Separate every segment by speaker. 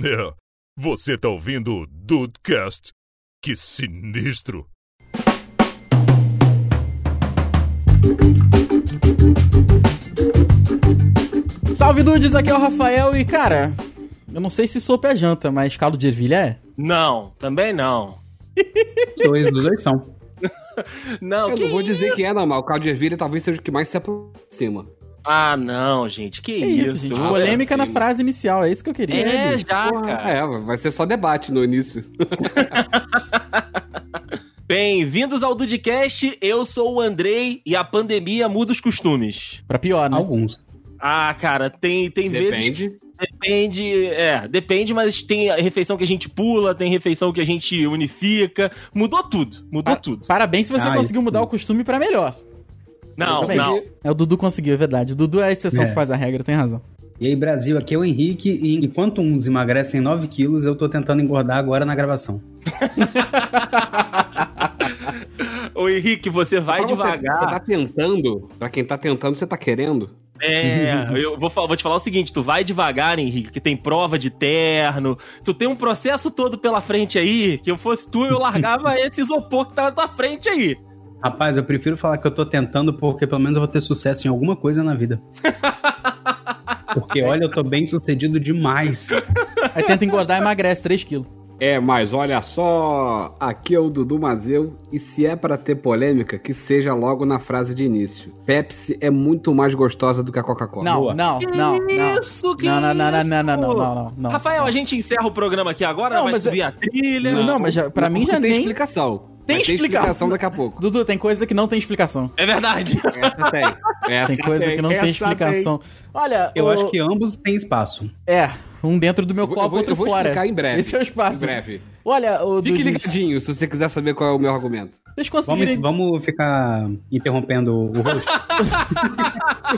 Speaker 1: É, você tá ouvindo o Dudecast? Que sinistro!
Speaker 2: Salve dudes, aqui é o Rafael e cara, eu não sei se sopa é janta, mas caldo de ervilha é?
Speaker 3: Não, também não.
Speaker 4: Dois dos dois são.
Speaker 3: Não,
Speaker 5: Eu
Speaker 3: que
Speaker 5: não vou dizer que é, não, mas o caldo de ervilha talvez seja o que mais se aproxima.
Speaker 3: Ah, não, gente, que
Speaker 2: Que
Speaker 3: isso.
Speaker 2: É isso, gente.
Speaker 3: Ah,
Speaker 2: Polêmica na
Speaker 5: sim.
Speaker 2: frase inicial, é isso que eu queria.
Speaker 3: É, já,
Speaker 5: Ah,
Speaker 3: cara.
Speaker 5: é, vai ser só debate no início.
Speaker 3: Bem-vindos ao Dudcast, eu sou o Andrei e a pandemia muda os costumes.
Speaker 2: Pra pior, né?
Speaker 4: Alguns.
Speaker 3: Ah, cara, tem, tem vezes que
Speaker 5: Depende.
Speaker 3: depende, é, depende, mas tem a refeição que a gente pula, tem refeição que a gente unifica, mudou tudo, mudou
Speaker 2: Ah,
Speaker 3: tudo.
Speaker 2: Parabéns se você
Speaker 4: Ah,
Speaker 2: conseguiu
Speaker 4: isso
Speaker 2: mudar
Speaker 4: sim.
Speaker 2: o costume pra melhor.
Speaker 3: Não,
Speaker 2: Parabéns.
Speaker 3: não.
Speaker 2: É, o Dudu conseguiu, é verdade. O Dudu é a exceção
Speaker 4: É.
Speaker 2: que faz a regra, tem razão.
Speaker 4: E aí, Brasil, aqui é o Henrique, e enquanto uns emagrecem 9 quilos, eu tô tentando engordar agora na gravação.
Speaker 3: Ô Henrique, você vai
Speaker 5: Pra você- Você tá
Speaker 3: devagar.
Speaker 5: tentando. Pra quem tá tentando, você tá querendo.
Speaker 3: É, eu vou, fa- vou te falar o seguinte: tu vai devagar, Henrique, que tem prova de terno, tu tem um processo todo pela frente aí, que eu fosse tu, eu largava esse isopor que tá na tua frente aí.
Speaker 4: Rapaz, eu prefiro falar que eu tô tentando, porque pelo menos eu vou ter sucesso em alguma coisa na vida. Porque, olha, eu tô bem sucedido demais.
Speaker 2: Aí tenta engordar e emagrece 3kg.
Speaker 5: É, mas olha só. Aqui é o Dudu Mazeu. E se é pra ter polêmica, que seja logo na frase de início. Pepsi é muito mais gostosa do que a Coca-Cola.
Speaker 2: Não,
Speaker 4: boa.
Speaker 2: não, não, não.
Speaker 3: isso,
Speaker 2: Não, não, não, não, não, não, não, não, não, não.
Speaker 3: Rafael, a gente encerra o programa aqui agora,
Speaker 2: Não,
Speaker 3: vai
Speaker 2: mas é-
Speaker 3: subir a trilha.
Speaker 2: Não, mas já- pra
Speaker 5: Não,
Speaker 2: mim já
Speaker 5: tem
Speaker 2: nem-
Speaker 5: explicação.
Speaker 2: Tem
Speaker 5: Mas
Speaker 2: explicação.
Speaker 5: daqui a pouco.
Speaker 2: Dudu, tem coisa que não tem explicação.
Speaker 3: É verdade.
Speaker 5: Essa tem. Essa
Speaker 2: Tem coisa que não tem explicação. Olha,
Speaker 4: Eu
Speaker 2: o-
Speaker 4: acho que ambos têm espaço.
Speaker 2: É, um dentro do meu
Speaker 5: Eu vou, eu
Speaker 2: copo,
Speaker 5: vou,
Speaker 2: outro
Speaker 5: eu vou
Speaker 2: fora.
Speaker 5: explicar em breve.
Speaker 2: Esse é o
Speaker 5: Em
Speaker 2: espaço.
Speaker 5: breve.
Speaker 2: Olha, o
Speaker 5: Fique
Speaker 2: Dudu,
Speaker 5: ligadinho se você quiser saber qual é o meu argumento.
Speaker 2: vocês
Speaker 4: Vamos,
Speaker 2: conseguirem
Speaker 4: vamos ficar interrompendo o rosto?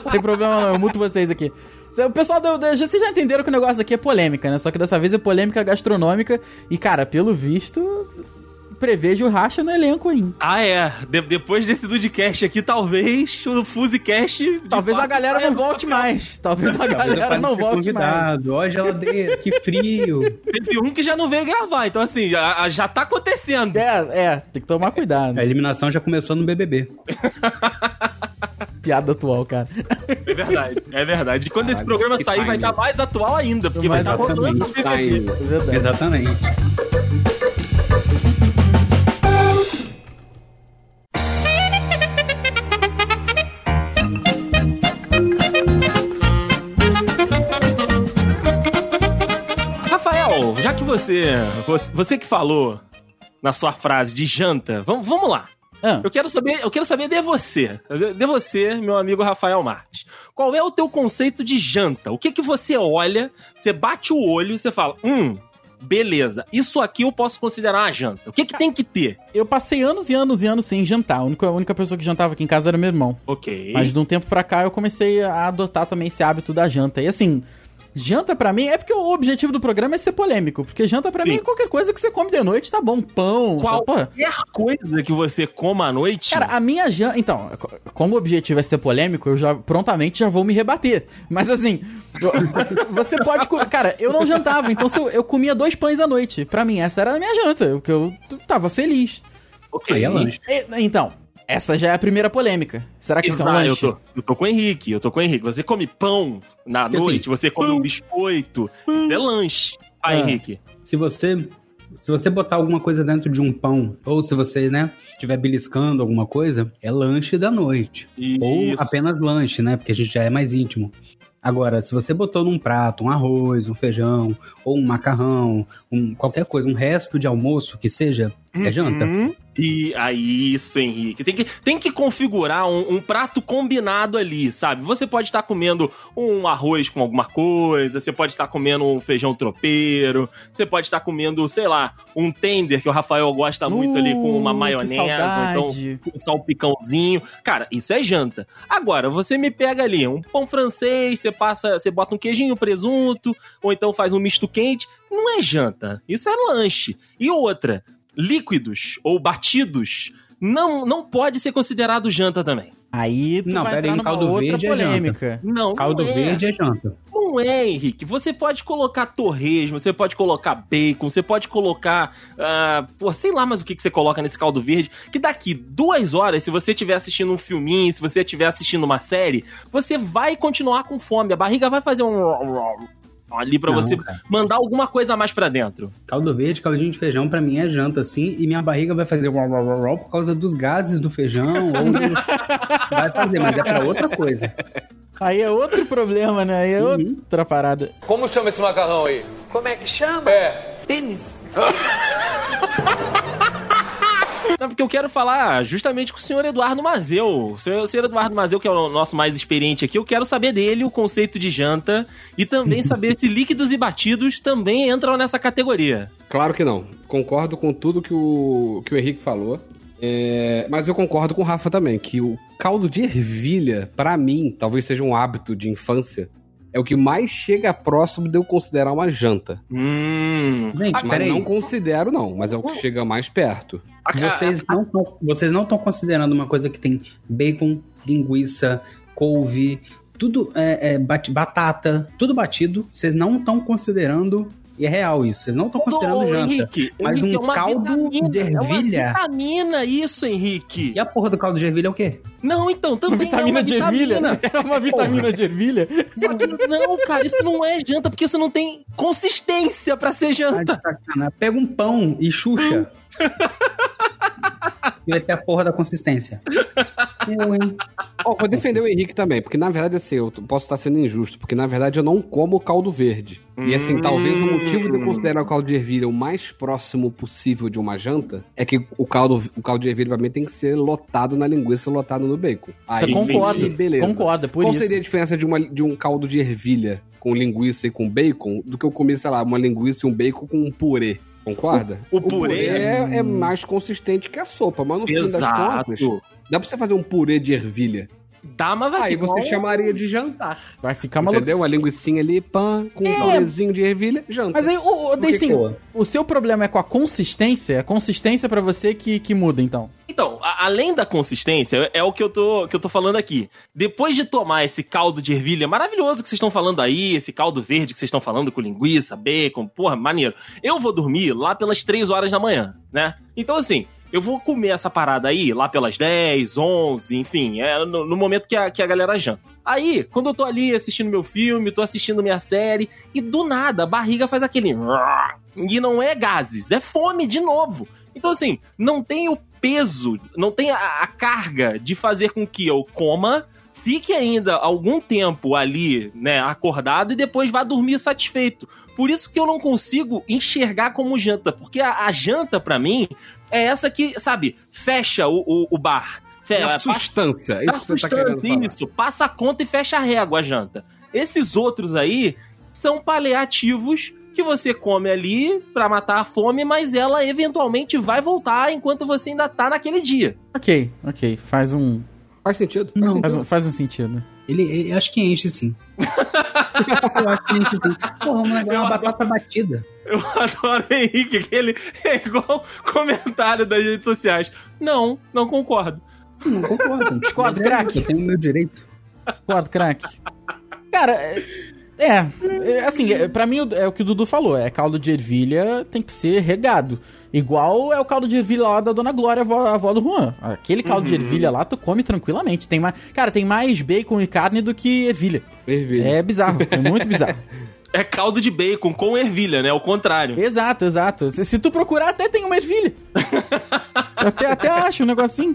Speaker 2: Não tem problema não, eu muto vocês aqui. O pessoal do, do- Vocês já entenderam que o negócio aqui é polêmica, né? Só que dessa vez é polêmica gastronômica. E, cara, pelo visto, prevejo racha no elenco ainda.
Speaker 3: Ah, é. De- depois desse Dudcast aqui, talvez o Fuzicast. de
Speaker 2: Talvez a
Speaker 3: fato,
Speaker 2: galera
Speaker 3: saia
Speaker 2: não
Speaker 3: do
Speaker 2: volte
Speaker 5: um.
Speaker 3: papel.
Speaker 2: mais. Talvez
Speaker 5: é
Speaker 2: a
Speaker 4: Talvez eu
Speaker 2: galera
Speaker 4: pare de
Speaker 2: não
Speaker 4: ser
Speaker 2: volte mais.
Speaker 4: convidado. Ó, geladeira, que frio.
Speaker 3: Teve um que já não veio gravar, então assim, já, já tá acontecendo.
Speaker 2: É, é, tem que tomar cuidado.
Speaker 4: A
Speaker 5: É.
Speaker 4: eliminação já começou no BBB.
Speaker 2: Piada atual, cara.
Speaker 3: É verdade, é verdade. E quando esse
Speaker 5: Caralho,
Speaker 3: programa
Speaker 5: que
Speaker 3: sair, vai
Speaker 5: timing.
Speaker 3: estar mais atual ainda, porque vai
Speaker 2: Mais
Speaker 3: estar
Speaker 4: atual.
Speaker 3: rolando o
Speaker 5: Tá
Speaker 3: BBB.
Speaker 5: em...
Speaker 2: É verdade.
Speaker 4: Exatamente.
Speaker 3: Rafael, já que você, você. você que falou na sua frase de janta, vamos, vamos lá.
Speaker 2: Ah,
Speaker 3: Eu quero saber, eu quero saber de você. De você, meu amigo Rafael Marques. Qual é o teu conceito de janta? O que que você olha, você bate o olho e você fala: "Hum, beleza, isso aqui eu posso considerar uma janta". O que que tem que ter?
Speaker 2: eu passei anos e anos e anos sem jantar. A única, a única pessoa que jantava aqui em casa era meu irmão.
Speaker 3: OK.
Speaker 2: Mas de um tempo pra cá eu comecei a adotar também esse hábito da janta. E assim, janta pra mim é porque o objetivo do programa é ser polêmico, porque janta pra
Speaker 3: Sim.
Speaker 2: mim é qualquer coisa que você come de noite, tá bom, pão,
Speaker 3: Qual-
Speaker 2: tá, pô.
Speaker 3: Qualquer coisa que você coma à noite.
Speaker 2: Cara, a minha janta, então, co- como o objetivo é ser polêmico, eu já prontamente já vou me rebater. Mas assim, eu- você pode, co- cara, eu não jantava, então se eu, eu comia dois pães à noite. Pra mim essa era a minha janta, porque eu t- tava feliz.
Speaker 3: ok.
Speaker 4: Aí é lanche.
Speaker 2: E- então, essa já é a primeira polêmica. Será que isso é um
Speaker 3: Exato,
Speaker 2: lanche?
Speaker 3: "Ah, eu tô, eu tô com o Henrique, eu tô com o Henrique. Você come pão na
Speaker 4: Assim,
Speaker 3: noite, você come um biscoito, isso é lanche. Ah,
Speaker 2: É.
Speaker 3: Henrique.
Speaker 4: se você se você botar alguma coisa dentro de um pão ou se você né estiver beliscando alguma coisa é lanche da noite ou
Speaker 3: Isso.
Speaker 4: apenas lanche né porque a gente já é mais íntimo agora se você botou num prato um arroz um feijão ou um macarrão um, qualquer coisa um resto de almoço que seja é janta
Speaker 3: Uhum. E aí, isso, Henrique. Tem que, tem que configurar um, um prato combinado ali, sabe? Você pode estar comendo um arroz com alguma coisa, você pode estar comendo um feijão tropeiro, você pode estar comendo, sei lá, um tender que o Rafael gosta muito ali com uma
Speaker 2: Uh, que
Speaker 3: maionese, ou então
Speaker 2: saudade.
Speaker 3: um salpicãozinho. Cara, isso é janta. Agora, você me pega ali um pão francês, você passa, você bota um queijinho, presunto, ou então faz um misto quente. Não é janta. Isso é lanche. E outra, líquidos ou batidos não, não pode ser considerado janta também.
Speaker 2: Aí tu
Speaker 4: Não,
Speaker 2: vai
Speaker 4: pera
Speaker 2: entrar
Speaker 4: aí,
Speaker 2: numa
Speaker 4: caldo
Speaker 2: outra
Speaker 4: verde é
Speaker 2: polêmica.
Speaker 3: Não,
Speaker 4: caldo
Speaker 3: não é.
Speaker 4: verde é janta
Speaker 3: Não Não é, Henrique. Você pode colocar torresmo, você pode colocar bacon, você pode colocar. ah, pô, sei lá mais o que, que você coloca nesse caldo verde. Que daqui duas horas, se você estiver assistindo um filminho, se você estiver assistindo uma série, você vai continuar com fome. A barriga vai fazer um. Ali pra
Speaker 4: Não,
Speaker 3: você
Speaker 4: cara.
Speaker 3: mandar alguma coisa a mais pra dentro.
Speaker 4: Caldo verde, caldinho de feijão, pra mim é janta, assim, e minha barriga vai fazer uau, uau, uau, uau por causa dos gases do feijão, ou do- vai fazer, mas é pra outra coisa.
Speaker 2: Aí é outro problema, né? Aí é
Speaker 4: Uhum.
Speaker 2: outra parada.
Speaker 6: Como chama esse macarrão aí?
Speaker 7: Como é que chama?
Speaker 6: É.
Speaker 7: Pênis.
Speaker 3: Não, porque eu quero falar justamente com o senhor Eduardo Mazeu. O senhor, o senhor Eduardo Mazeu, que é o nosso mais experiente aqui, eu quero saber dele o conceito de janta e também saber se líquidos e batidos também entram nessa categoria.
Speaker 5: Claro que não. Concordo com tudo que o, que o Henrique falou. É, mas eu concordo com o Rafa também, que o caldo de ervilha, pra mim, talvez seja um hábito de infância, é o que mais chega próximo de eu considerar uma janta.
Speaker 3: Hum.
Speaker 4: Gente,
Speaker 5: Mas
Speaker 4: peraí,
Speaker 5: não considero, não, mas é o que chega mais perto.
Speaker 4: vocês não tão- vocês não estão considerando uma coisa que tem bacon, linguiça, couve, tudo, é, é, bate- batata, tudo batido, vocês não estão considerando, e é real isso, vocês não estão considerando
Speaker 3: Ô,
Speaker 4: janta.
Speaker 3: Henrique,
Speaker 4: mas
Speaker 3: Henrique,
Speaker 4: um caldo de
Speaker 3: É
Speaker 4: ervilha?
Speaker 3: uma vitamina isso, Henrique.
Speaker 4: E a porra do caldo de ervilha é o quê?
Speaker 3: Não, então, também é uma vitamina.
Speaker 2: É uma vitamina de ervilha?
Speaker 3: Só que não, cara, isso não é janta, porque isso não tem consistência pra ser
Speaker 4: Tá
Speaker 3: janta.
Speaker 4: de sacanagem. Pega um pão e xuxa. e vai ter a porra da consistência. Eu, hein?
Speaker 5: Ó, vou defender o Henrique também, porque na verdade, assim, eu t- posso estar sendo injusto, porque na verdade eu não como caldo verde. E assim,
Speaker 3: Hum.
Speaker 5: talvez o motivo de eu considerar o caldo de ervilha o mais próximo possível de uma janta é que o caldo, o caldo de ervilha pra mim tem que ser lotado na linguiça, lotado no bacon. Aí,
Speaker 2: Eu concordo,
Speaker 5: beleza.
Speaker 2: concordo, por
Speaker 5: Qual
Speaker 2: isso.
Speaker 5: seria a diferença de, uma, de um caldo de ervilha com linguiça e com bacon do que eu comer, sei lá, uma linguiça e um bacon com um purê? Concorda?
Speaker 3: O- o purê um
Speaker 5: é, é mais consistente que a sopa, mas no fim das contas,
Speaker 3: Exato.
Speaker 5: dá pra você fazer um purê de ervilha.
Speaker 3: Dá, mas vai
Speaker 2: Ah,
Speaker 5: Aí
Speaker 3: ficar
Speaker 5: você
Speaker 3: um-
Speaker 5: chamaria de jantar.
Speaker 2: Vai
Speaker 3: Tá
Speaker 2: ficar maluco.
Speaker 5: Entendeu? A linguicinha ali, pã, com um purezinho de ervilha, janta.
Speaker 2: É. Mas aí, o, o,
Speaker 4: Por que
Speaker 2: Deicin,
Speaker 4: coa?
Speaker 2: o seu problema é com a consistência? É a consistência pra você que, que muda, então.
Speaker 3: Então, a- além da consistência, é o que eu, tô, que eu tô falando aqui. Depois de tomar esse caldo de ervilha maravilhoso que vocês estão falando aí, esse caldo verde que vocês estão falando com linguiça, bacon, porra, maneiro. Eu vou dormir lá pelas 3 horas da manhã, né? Então, assim, eu vou comer essa parada aí lá pelas 10, 11, enfim, é no, no momento que a, que a galera janta. Aí, quando eu tô ali assistindo meu filme, tô assistindo minha série, e do nada a barriga faz aquele. E não é gases, é fome de novo. Então, assim, não tem o peso, não tem a, a carga de fazer com que eu coma, fique ainda algum tempo ali, né, acordado e depois vá dormir satisfeito. Por isso que eu não consigo enxergar como janta, porque a, a janta, pra mim, é essa que, sabe, fecha o, o, o bar. Fe-
Speaker 5: É a
Speaker 3: passa-
Speaker 5: sustância.
Speaker 3: Dá
Speaker 5: Isso que você tá querendo
Speaker 3: sustância,
Speaker 5: falar.
Speaker 3: É isso. Passa a conta e fecha a régua a janta. Esses outros aí são paliativos que você come ali pra matar a fome, mas ela eventualmente vai voltar enquanto você ainda tá naquele dia.
Speaker 2: Ok, ok. Faz um.
Speaker 5: Faz sentido? Faz
Speaker 4: Não.
Speaker 5: sentido.
Speaker 2: Faz um, faz um sentido.
Speaker 4: Ele, ele- acho que enche sim. eu acho que enche sim. Porra, mano, é uma batata batida.
Speaker 3: Eu adoro o Henrique, que ele é igual comentário das redes sociais. Não, não concordo.
Speaker 4: Não concordo.
Speaker 2: Discordo,
Speaker 4: Mas é
Speaker 2: craque.
Speaker 4: isso, Eu tenho o meu direito.
Speaker 2: Concordo, craque. Cara, é- é, é, assim, é, pra mim é o que o Dudu falou, é caldo de ervilha tem que ser regado. Igual é o caldo de ervilha lá da Dona Glória, a avó, a avó do Juan. Aquele caldo
Speaker 3: Uhum.
Speaker 2: de ervilha lá tu come tranquilamente. Tem mais, cara, tem mais bacon e carne do que ervilha.
Speaker 5: Ervilha.
Speaker 2: É bizarro, é muito bizarro.
Speaker 3: É caldo de bacon com ervilha, né? O contrário.
Speaker 2: Exato, exato. Se, se tu procurar, até tem uma ervilha. até, até acho um negocinho.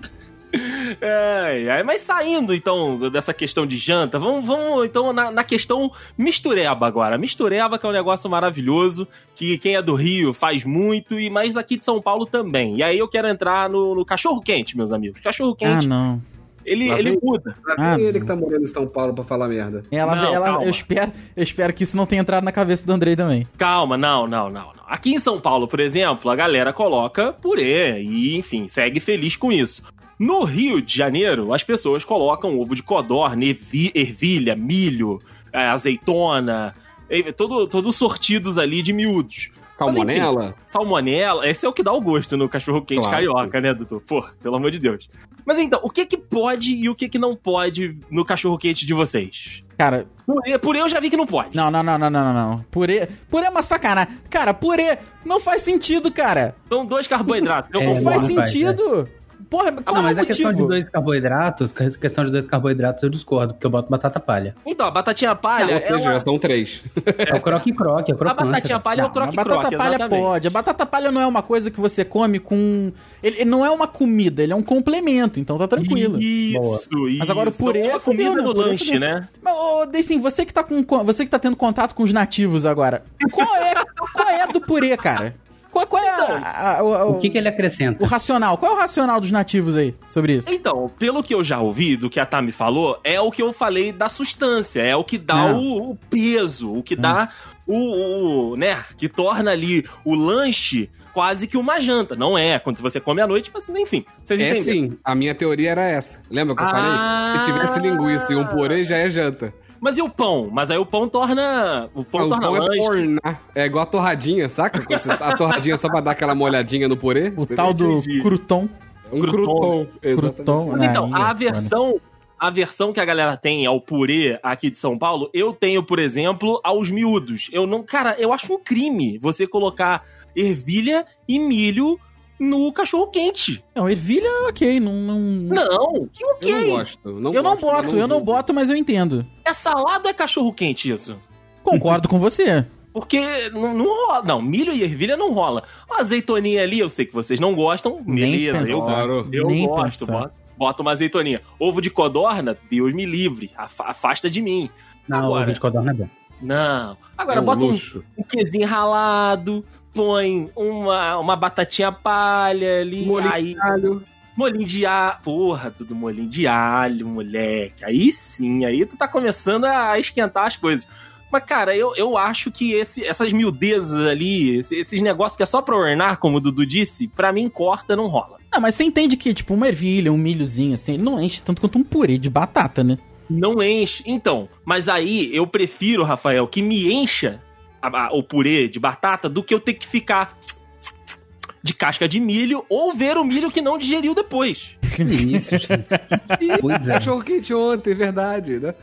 Speaker 3: É, é, mas saindo então dessa questão de janta, vamos, vamos então na, na questão mistureba agora. Mistureba que é um negócio maravilhoso, que quem é do Rio faz muito, e mais aqui de São Paulo também. E aí eu quero entrar no, no cachorro-quente, meus amigos.
Speaker 2: Ah,
Speaker 3: Cachorro-quente,
Speaker 2: não.
Speaker 3: ele,
Speaker 5: Lá
Speaker 3: ele
Speaker 5: vem.
Speaker 3: muda.
Speaker 5: Lá vem
Speaker 2: Ah,
Speaker 5: ele
Speaker 2: não.
Speaker 5: que tá morando em São Paulo pra falar merda.
Speaker 2: Ela,
Speaker 3: Não,
Speaker 2: ela-
Speaker 3: calma.
Speaker 2: eu, espero, eu espero que isso não tenha entrado na cabeça do Andrei também.
Speaker 3: Calma, não, não, não, não. Aqui em São Paulo, por exemplo, a galera coloca purê e, enfim, segue feliz com isso. No Rio de Janeiro, as pessoas colocam ovo de codorna, ervi- ervilha, é, milho, eh, azeitona, eh, todo, todos sortidos ali de miúdos.
Speaker 5: Salmonela?
Speaker 3: Salmonela, esse é o que dá o gosto no cachorro quente
Speaker 5: Claro.
Speaker 3: carioca, né, doutor? Pô, pelo amor de Deus. Mas então, o que que pode e o que que não pode no cachorro quente de vocês?
Speaker 2: Cara,
Speaker 3: Purê, purê eu já vi que não pode.
Speaker 2: não, não, não, não, não, não, não. Purê. Purê é uma sacanagem. Cara, purê não faz sentido, cara.
Speaker 3: São dois carboidratos. Eu
Speaker 4: É,
Speaker 2: Não
Speaker 3: confundo.
Speaker 2: faz
Speaker 4: rapaz,
Speaker 2: sentido. Porra,
Speaker 4: Ah,
Speaker 2: qual
Speaker 4: não,
Speaker 2: é o
Speaker 4: mas a
Speaker 2: motivo?
Speaker 4: questão de dois carboidratos, a questão de dois carboidratos eu discordo, porque eu boto batata palha.
Speaker 3: Então, a batatinha palha,
Speaker 5: Ou seja,
Speaker 3: ela-
Speaker 5: já são três.
Speaker 4: É, o croque-croque, é
Speaker 3: a
Speaker 4: crocância.
Speaker 3: batatinha palha é o
Speaker 2: Não, a
Speaker 3: croque-croque,
Speaker 2: batata palha
Speaker 3: exatamente.
Speaker 2: pode. A batata palha não é uma coisa que você come com. Ele, ele não é uma comida, ele é um complemento, então tá tranquilo.
Speaker 3: Isso, isso.
Speaker 2: Mas agora o purê
Speaker 3: é uma
Speaker 2: é fudeu,
Speaker 3: comida
Speaker 2: né?
Speaker 3: no
Speaker 2: Purê é
Speaker 3: lanche,
Speaker 2: fudeu.
Speaker 3: né?
Speaker 2: Mas, ô, Deicin, você que tá com. Você que tá tendo contato com os nativos agora. Qual é, qual é do purê, cara? Qual, qual é
Speaker 3: Então,
Speaker 2: a- a- a- o,
Speaker 4: O que, é? que ele acrescenta?
Speaker 2: o racional? Qual é o racional dos nativos aí sobre isso?
Speaker 3: Então, pelo que eu já ouvi, do que a Tami falou, é o que eu falei da sustância, é o que dá
Speaker 2: Não.
Speaker 3: o, o peso, o que dá o, o- né, que torna ali o lanche quase que uma janta. Não é, quando você come à noite, mas enfim, vocês
Speaker 5: É
Speaker 3: entendem.
Speaker 5: sim, a minha teoria era essa. Lembra que eu
Speaker 3: Ah.
Speaker 5: falei? Se tivesse linguiça e um purê, já é janta.
Speaker 3: Mas e o pão? Mas aí o pão torna, o pão
Speaker 5: Ah, o
Speaker 3: torna
Speaker 5: pão é
Speaker 3: lanche.
Speaker 5: tornar. É igual a torradinha, saca? Quando você- A torradinha é só pra dar aquela molhadinha no purê.
Speaker 2: O tal do crouton.
Speaker 5: Um crouton. Exatamente.
Speaker 2: Crouton.
Speaker 3: Mas
Speaker 2: né,
Speaker 3: então,
Speaker 2: aí é
Speaker 3: a
Speaker 2: foda.
Speaker 3: versão, a versão que a galera tem ao purê aqui de São Paulo, eu tenho, por exemplo, aos miúdos. Eu não, cara, eu acho um crime você colocar ervilha e milho no cachorro quente.
Speaker 2: Não, ervilha, ok. Não, não-
Speaker 3: Não, que ok.
Speaker 5: Eu não gosto. Não
Speaker 2: eu não
Speaker 5: gosto,
Speaker 2: boto, eu não
Speaker 5: julgo.
Speaker 2: boto, mas eu entendo.
Speaker 3: É salado ou é cachorro quente isso?
Speaker 2: Concordo com você.
Speaker 3: Porque não, não rola. Não, milho e ervilha não rola. Uma azeitoninha ali, eu sei que vocês não gostam.
Speaker 2: Nem
Speaker 3: Beleza, eu
Speaker 2: pensar.
Speaker 5: adoro.
Speaker 3: Eu
Speaker 2: Nem
Speaker 3: gosto,
Speaker 2: pensar.
Speaker 3: bota, bota uma azeitoninha. Ovo de codorna, Deus me livre, afa- afasta de mim.
Speaker 4: Não,
Speaker 3: Agora.
Speaker 4: o vídeo codorna é bom.
Speaker 3: Não. Agora,
Speaker 5: É um
Speaker 3: bota um,
Speaker 5: luxo.
Speaker 3: um quezinho ralado, põe uma, uma batatinha palha ali,
Speaker 5: Molho
Speaker 3: aí
Speaker 5: Alho.
Speaker 3: molinho de alho. Porra, tudo molinho de alho, moleque. Aí sim, aí tu tá começando a esquentar as coisas. Mas, cara, eu, eu acho que esse, essas miudezas ali, esse- esses negócios que é só pra ornar, como o Dudu disse, pra mim corta, não rola.
Speaker 2: Não, mas você entende que, tipo, uma ervilha, um milhozinho, assim, ele não enche tanto quanto um purê de batata, né?
Speaker 3: Não enche. Então, mas aí eu prefiro, Rafael, que me encha a- a- o purê de batata do que eu ter que ficar de casca de milho ou ver o milho que não digeriu depois.
Speaker 4: Que isso, gente. Pois é.
Speaker 5: Cachorro quente ontem, verdade, né?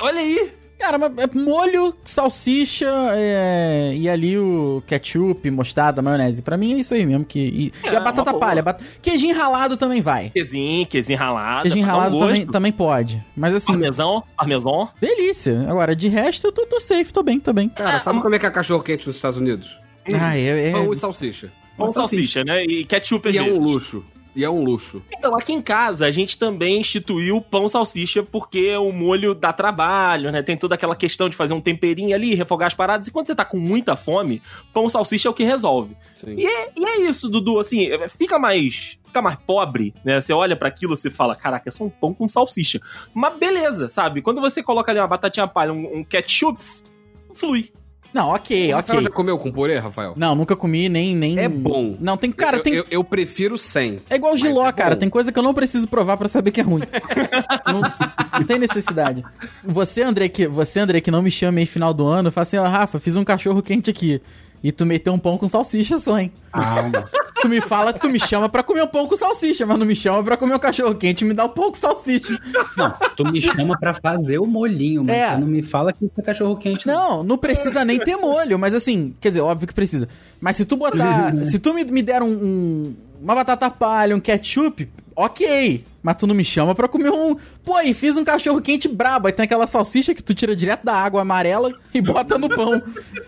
Speaker 3: Olha aí.
Speaker 2: Cara, mas é molho, salsicha é, e ali o ketchup, mostarda, maionese. Pra mim é isso aí mesmo. Que, e,
Speaker 3: É,
Speaker 2: e a
Speaker 3: uma
Speaker 2: batata
Speaker 3: boa.
Speaker 2: palha. Bat... Queijinho ralado também vai.
Speaker 3: Quezinho, quezinho ralado.
Speaker 2: Queijinho
Speaker 3: pra dar um
Speaker 2: ralado também,
Speaker 3: gosto. Ah,
Speaker 2: também pode. Mas assim,
Speaker 3: Parmesão, parmesão.
Speaker 2: delícia. Agora, de resto, eu tô, tô safe, tô bem, tô bem.
Speaker 5: Cara,
Speaker 3: Ah,
Speaker 5: sabe
Speaker 3: mas-
Speaker 5: como é que é cachorro quente nos Estados Unidos?
Speaker 2: Ah, é, é-
Speaker 5: Pão e salsicha.
Speaker 3: Pão salsicha, né? E ketchup às
Speaker 5: E é um
Speaker 3: vezes.
Speaker 5: luxo. E é um luxo.
Speaker 3: Então, aqui em casa, a gente também instituiu pão salsicha, porque o molho dá trabalho, né? Tem toda aquela questão de fazer um temperinho ali, refogar as paradas. E quando você tá com muita fome, pão salsicha é o que resolve.
Speaker 5: Sim.
Speaker 3: E é, e é isso, Dudu, assim, fica mais fica mais pobre, né? Você olha pra aquilo, você fala, caraca, é só um pão com salsicha. Mas beleza, sabe? Quando você coloca ali uma batatinha palha, um, um ketchup, flui.
Speaker 2: Não, ok,
Speaker 5: O Rafael
Speaker 2: ok.
Speaker 5: já comeu com purê, Rafael?
Speaker 2: Não, nunca comi, nem, nem...
Speaker 5: É bom.
Speaker 2: Não, tem... Cara,
Speaker 5: eu,
Speaker 2: tem...
Speaker 5: eu, eu prefiro sem.
Speaker 2: É igual o
Speaker 5: Mas
Speaker 2: Giló,
Speaker 5: é bom.
Speaker 2: cara. Tem coisa que eu não preciso provar pra saber que é ruim. não, não tem necessidade. Você, André, que você, André, que não me chama aí final do ano, fala assim, ó, Rafa, fiz um cachorro quente aqui. E tu meteu um pão com salsicha só, hein?
Speaker 4: Calma.
Speaker 2: Tu me fala, tu me chama pra comer um pão com salsicha, mas não me chama pra comer um cachorro quente e me dá um pão com salsicha.
Speaker 4: Tu me chama pra fazer o molinho, mas
Speaker 2: É.
Speaker 4: tu não me fala que isso é cachorro quente.
Speaker 2: Não, não precisa nem ter molho, mas assim, quer dizer, óbvio que precisa. Mas se tu botar. se tu me, me der um, um- uma batata palha, um ketchup, ok. Mas tu não me chama pra comer um. Pô, e fiz um cachorro quente brabo. Aí tem aquela salsicha que tu tira direto da água amarela e bota no pão.
Speaker 5: É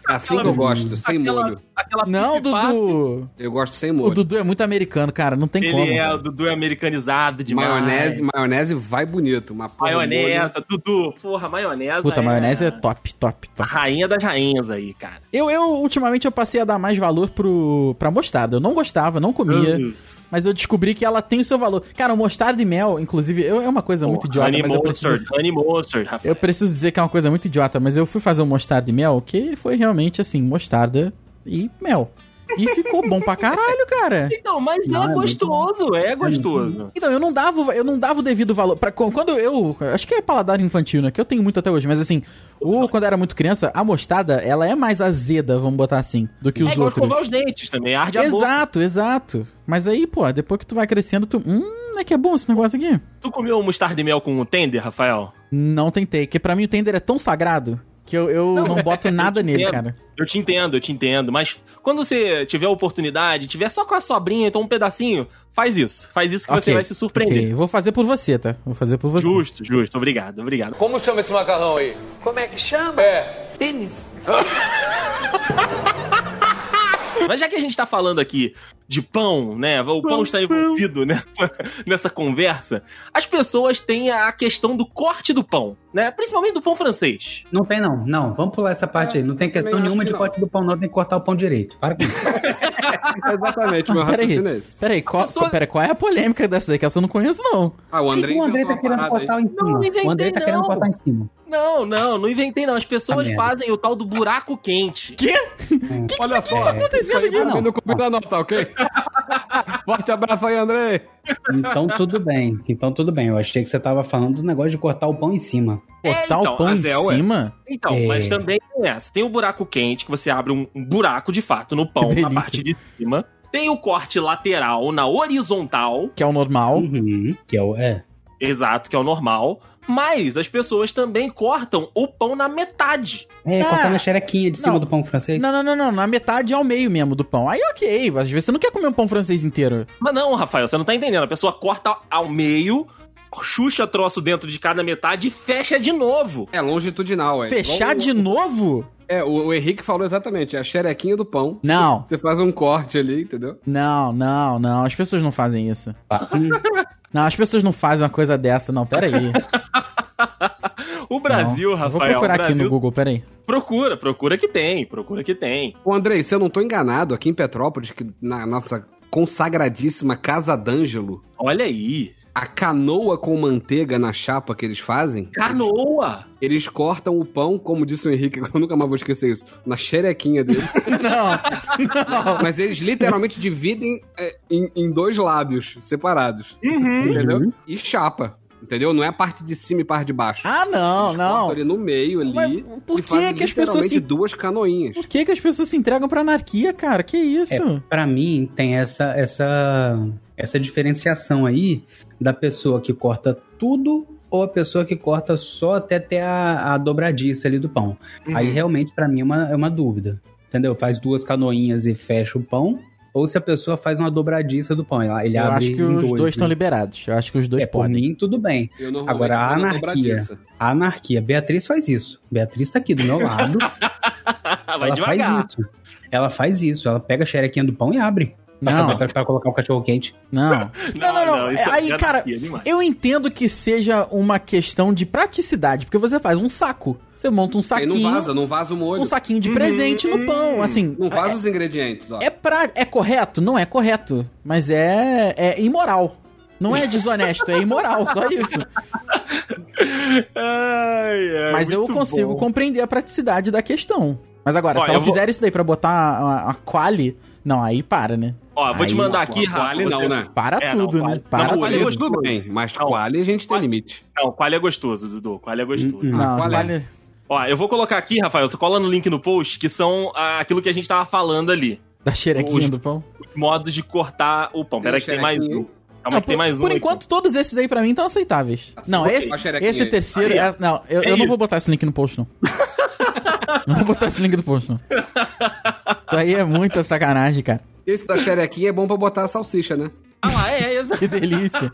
Speaker 5: Assim que eu gosto, sem
Speaker 3: Aquela-
Speaker 5: molho.
Speaker 3: Aquela
Speaker 2: Não,
Speaker 3: pifipá,
Speaker 2: Dudu.
Speaker 5: Eu gosto sem
Speaker 2: O
Speaker 5: molho.
Speaker 2: Dudu é muito americano, cara. Não tem
Speaker 3: Ele
Speaker 2: como.
Speaker 3: é,
Speaker 2: cara.
Speaker 3: o Dudu é americanizado demais.
Speaker 5: Maionese, maionese vai bonito. Uma porra de
Speaker 3: Maionese, Dudu, porra, maionese.
Speaker 2: Puta, maionese é top, top,
Speaker 3: A
Speaker 2: top.
Speaker 3: rainha das rainhas aí, cara.
Speaker 2: Eu, eu, ultimamente, eu passei a dar mais valor pro, pra mostarda. Eu não gostava, não
Speaker 3: Uhum.
Speaker 2: comia. Mas eu descobri que ela tem o seu valor. Cara, mostarda e mel, inclusive, eu, é uma coisa muito idiota,
Speaker 3: Honey
Speaker 2: mas eu
Speaker 3: Mustard,
Speaker 2: preciso,
Speaker 3: Honey Mustard, Rafael.
Speaker 2: eu preciso dizer que é uma coisa muito idiota, mas eu fui fazer um mostarda e mel, que foi realmente assim, mostarda e mel. E ficou bom pra caralho, cara.
Speaker 3: Então, mas
Speaker 4: Não,
Speaker 3: é
Speaker 4: é muito
Speaker 3: gostoso, é gostoso.
Speaker 2: Então, eu não dava, o- eu não dava o devido valor. Pra, quan- quando eu. Acho que é paladar infantil, né? Que eu tenho muito até hoje, mas assim, o, quando eu era muito criança, a mostarda, ela é mais azeda, vamos botar assim, do que
Speaker 3: é
Speaker 2: os
Speaker 3: igual
Speaker 2: outros.
Speaker 3: escovar os dentes também, arde a boca.
Speaker 2: Exato, exato. Mas aí, pô, depois que tu vai crescendo, tu. Hum, é que é bom esse negócio aqui.
Speaker 3: Tu comeu um mostarda e mel com o tender, Rafael?
Speaker 2: Não tentei, porque pra mim o Tender é tão sagrado que eu, eu não, boto nada nele,
Speaker 3: entendo.
Speaker 2: cara.
Speaker 3: Eu te entendo, eu te entendo, mas quando você tiver a oportunidade, tiver só com a sobrinha, então um pedacinho, faz isso. Faz isso que você
Speaker 2: Ok,
Speaker 3: vai se surpreender.
Speaker 2: ok, vou fazer por você, tá? Vou fazer por você.
Speaker 3: Justo, justo. Obrigado, obrigado.
Speaker 6: Como chama esse macarrão aí?
Speaker 7: Como é que chama?
Speaker 6: É.
Speaker 7: Pênis.
Speaker 3: Mas já que a gente tá falando aqui de pão, né? O pão está envolvido nessa, nessa conversa. As pessoas têm a questão do corte do pão, né? Principalmente do pão francês.
Speaker 4: Não tem, não. Não, vamos pular essa parte aí. Não tem questão
Speaker 5: também acho
Speaker 4: nenhuma
Speaker 5: que
Speaker 4: de
Speaker 5: não.
Speaker 4: corte do pão, não. Tem que cortar o pão direito. Tá? Para com isso.
Speaker 5: é Exatamente, meu
Speaker 2: Ah, peraí.
Speaker 5: raciocínio é esse.
Speaker 2: Peraí, qual,
Speaker 3: pessoa-
Speaker 2: peraí, qual é a polêmica dessa daí? Que essa eu não conheço, não.
Speaker 5: Ah, o André
Speaker 4: o André tá
Speaker 5: inventou uma
Speaker 4: querendo
Speaker 5: parada aí.
Speaker 4: cortar em cima.
Speaker 3: inventei,
Speaker 4: o André tá
Speaker 3: não.
Speaker 4: querendo cortar em cima.
Speaker 3: Não, não, não inventei não. As pessoas
Speaker 4: Tá merda.
Speaker 3: fazem o tal do buraco quente.
Speaker 5: Olha só,
Speaker 4: É.
Speaker 2: Acontecendo tá aqui.
Speaker 4: Não,
Speaker 5: não comi da nota, ok? Forte abraço aí, André.
Speaker 4: Então tudo bem. Então tudo bem. Eu achei que você tava falando do negócio de cortar o pão em cima.
Speaker 2: Cortar o
Speaker 3: então,
Speaker 2: pão
Speaker 3: a
Speaker 2: em
Speaker 3: Zé, ué.
Speaker 2: cima?
Speaker 3: Então,
Speaker 4: É.
Speaker 3: mas também tem essa. Tem o buraco quente, que você abre um, um buraco de fato no pão,
Speaker 2: Que
Speaker 3: na
Speaker 2: delícia.
Speaker 3: parte de cima. Tem o corte lateral na horizontal,
Speaker 2: Que é o normal.
Speaker 4: Uhum. Que é o. É.
Speaker 3: exato, que é o normal. Mas as pessoas também cortam o pão na metade.
Speaker 4: É,
Speaker 2: Ah,
Speaker 4: cortando a xerequinha de cima
Speaker 2: não.
Speaker 4: do pão francês.
Speaker 2: Não, não, não, não. Na metade é ao meio mesmo do pão. Aí ok, às vezes você não quer comer um pão francês inteiro.
Speaker 3: Mas não, Rafael, você não tá entendendo. A pessoa corta ao meio, chucha troço dentro de cada metade e fecha de novo.
Speaker 5: É longitudinal, é.
Speaker 2: Fechar
Speaker 5: Igual o-
Speaker 2: de novo?
Speaker 5: É, o, o Henrique falou exatamente, é a xerequinha do pão.
Speaker 2: Não,
Speaker 5: Você faz um corte ali, entendeu?
Speaker 2: não, não, não. As pessoas não fazem isso.
Speaker 3: Tá.
Speaker 2: Não, as pessoas não fazem uma coisa dessa, não. Peraí.
Speaker 3: O Brasil,
Speaker 2: Não. Eu
Speaker 3: Rafael,
Speaker 2: Vou procurar
Speaker 3: o Brasil...
Speaker 2: aqui no Google, peraí.
Speaker 3: Procura, procura que tem, procura que tem.
Speaker 5: Ô, Andrei, se eu não tô enganado, aqui em Petrópolis, que na nossa consagradíssima Casa d'Ângelo,
Speaker 3: Olha aí.
Speaker 5: a canoa com manteiga na chapa que eles fazem.
Speaker 3: Canoa!
Speaker 5: Eles, eles cortam o pão, como disse o Henrique, eu nunca mais vou esquecer isso, na xerequinha dele.
Speaker 2: Não, não.
Speaker 5: Mas eles literalmente dividem é, em, em dois lábios separados.
Speaker 3: Uhum.
Speaker 5: Entendeu? E chapa. Entendeu? Não é a parte de cima e parte de baixo.
Speaker 2: Ah, não,
Speaker 5: Eles cortam
Speaker 2: não.
Speaker 5: ali no meio ali.
Speaker 2: Mas por
Speaker 5: e
Speaker 2: que
Speaker 5: fazem
Speaker 2: que as pessoas
Speaker 5: literalmente
Speaker 2: se-
Speaker 5: duas canoinhas.
Speaker 2: Por que, que as pessoas se entregam pra anarquia, cara? Que isso?
Speaker 4: Pra mim, tem essa, essa, essa diferenciação aí da pessoa que corta tudo ou a pessoa que corta só até ter a, a dobradiça ali do pão.
Speaker 2: Uhum.
Speaker 4: Aí realmente, pra mim, é uma, é uma dúvida. Entendeu? Faz duas canoinhas e fecha o pão. Ou se a pessoa faz uma dobradiça do pão. Ele, ele
Speaker 2: Eu
Speaker 4: abre
Speaker 2: acho que
Speaker 4: em
Speaker 2: os um dois estão
Speaker 4: né?
Speaker 2: liberados. Eu acho que os dois
Speaker 4: É, por
Speaker 2: podem.
Speaker 4: mim, tudo bem.
Speaker 5: Eu normalmente
Speaker 4: Agora, a
Speaker 5: vou na
Speaker 4: anarquia.
Speaker 5: dobradiça.
Speaker 4: A anarquia. Beatriz faz isso. Beatriz tá aqui do meu lado.
Speaker 3: Vai
Speaker 4: ela
Speaker 3: devagar.
Speaker 4: faz isso. Ela faz isso. Ela pega a xerequinha do pão e abre. Pra,
Speaker 2: Não,
Speaker 4: fazer- pra colocar o cachorro quente.
Speaker 2: não. Não, não, não.
Speaker 3: isso
Speaker 2: Aí,
Speaker 3: já
Speaker 2: cara,
Speaker 3: desafia demais.
Speaker 2: Eu entendo que seja uma questão de praticidade, porque você faz um saco. Você monta um
Speaker 5: Aí
Speaker 2: saquinho,
Speaker 5: não vaza, tá não vaza o molho.
Speaker 2: um saquinho de presente no pão, assim.
Speaker 5: Não vaza os ingredientes, ó.
Speaker 2: É, pra, é correto? Não é correto, mas é, é imoral. Não é desonesto, é imoral, só isso.
Speaker 3: Ai, ai,
Speaker 2: mas eu
Speaker 3: É muito
Speaker 2: consigo
Speaker 3: bom.
Speaker 2: compreender a praticidade da questão. Mas agora,
Speaker 3: Ó,
Speaker 2: se
Speaker 3: eu
Speaker 2: ela
Speaker 3: vou-
Speaker 2: fizer isso daí pra botar a, a- a quali, não, aí para, né?
Speaker 3: Ó, vou te
Speaker 2: Aí,
Speaker 3: mandar aqui, Rafa.
Speaker 5: Quali
Speaker 3: você-
Speaker 5: não, né?
Speaker 2: Para
Speaker 3: É,
Speaker 2: tudo,
Speaker 3: não,
Speaker 2: né?
Speaker 3: quali-
Speaker 2: Para
Speaker 3: não,
Speaker 2: tudo.
Speaker 3: quali-
Speaker 5: Molho
Speaker 3: gostoso.
Speaker 5: tudo bem, mas
Speaker 3: Não.
Speaker 5: quali a gente tem limite.
Speaker 3: Não, qual é gostoso, Dudu. Qual é gostoso.
Speaker 4: Hum, hum.
Speaker 2: Não,
Speaker 5: qual é?
Speaker 2: quali-
Speaker 3: Ó, eu vou colocar aqui, Rafael, tu cola no link no post, que são ah, aquilo que a gente tava falando ali.
Speaker 2: Da xerequinha
Speaker 3: Os-
Speaker 2: do pão.
Speaker 3: Os modos de cortar o pão. Pera aí que tem mais um. Calma
Speaker 2: Não,
Speaker 3: que tem
Speaker 2: Ah, por,
Speaker 3: mais um.
Speaker 2: por
Speaker 3: aqui.
Speaker 2: enquanto, todos esses aí pra mim estão aceitáveis.
Speaker 5: Aceita.
Speaker 2: não,
Speaker 5: Ok.
Speaker 2: esse,
Speaker 5: Uma xerequinha
Speaker 2: esse
Speaker 5: aí.
Speaker 2: terceiro.
Speaker 3: Aí, ó.
Speaker 2: é- não, eu,
Speaker 3: É
Speaker 2: eu não
Speaker 3: isso.
Speaker 2: vou botar esse link no post, não. não vou botar esse link no post, não. Isso aí é muita sacanagem, cara.
Speaker 5: Esse da xerequinha é bom pra botar a salsicha, né?
Speaker 3: Ah lá, é, é, exato.
Speaker 2: Que delícia.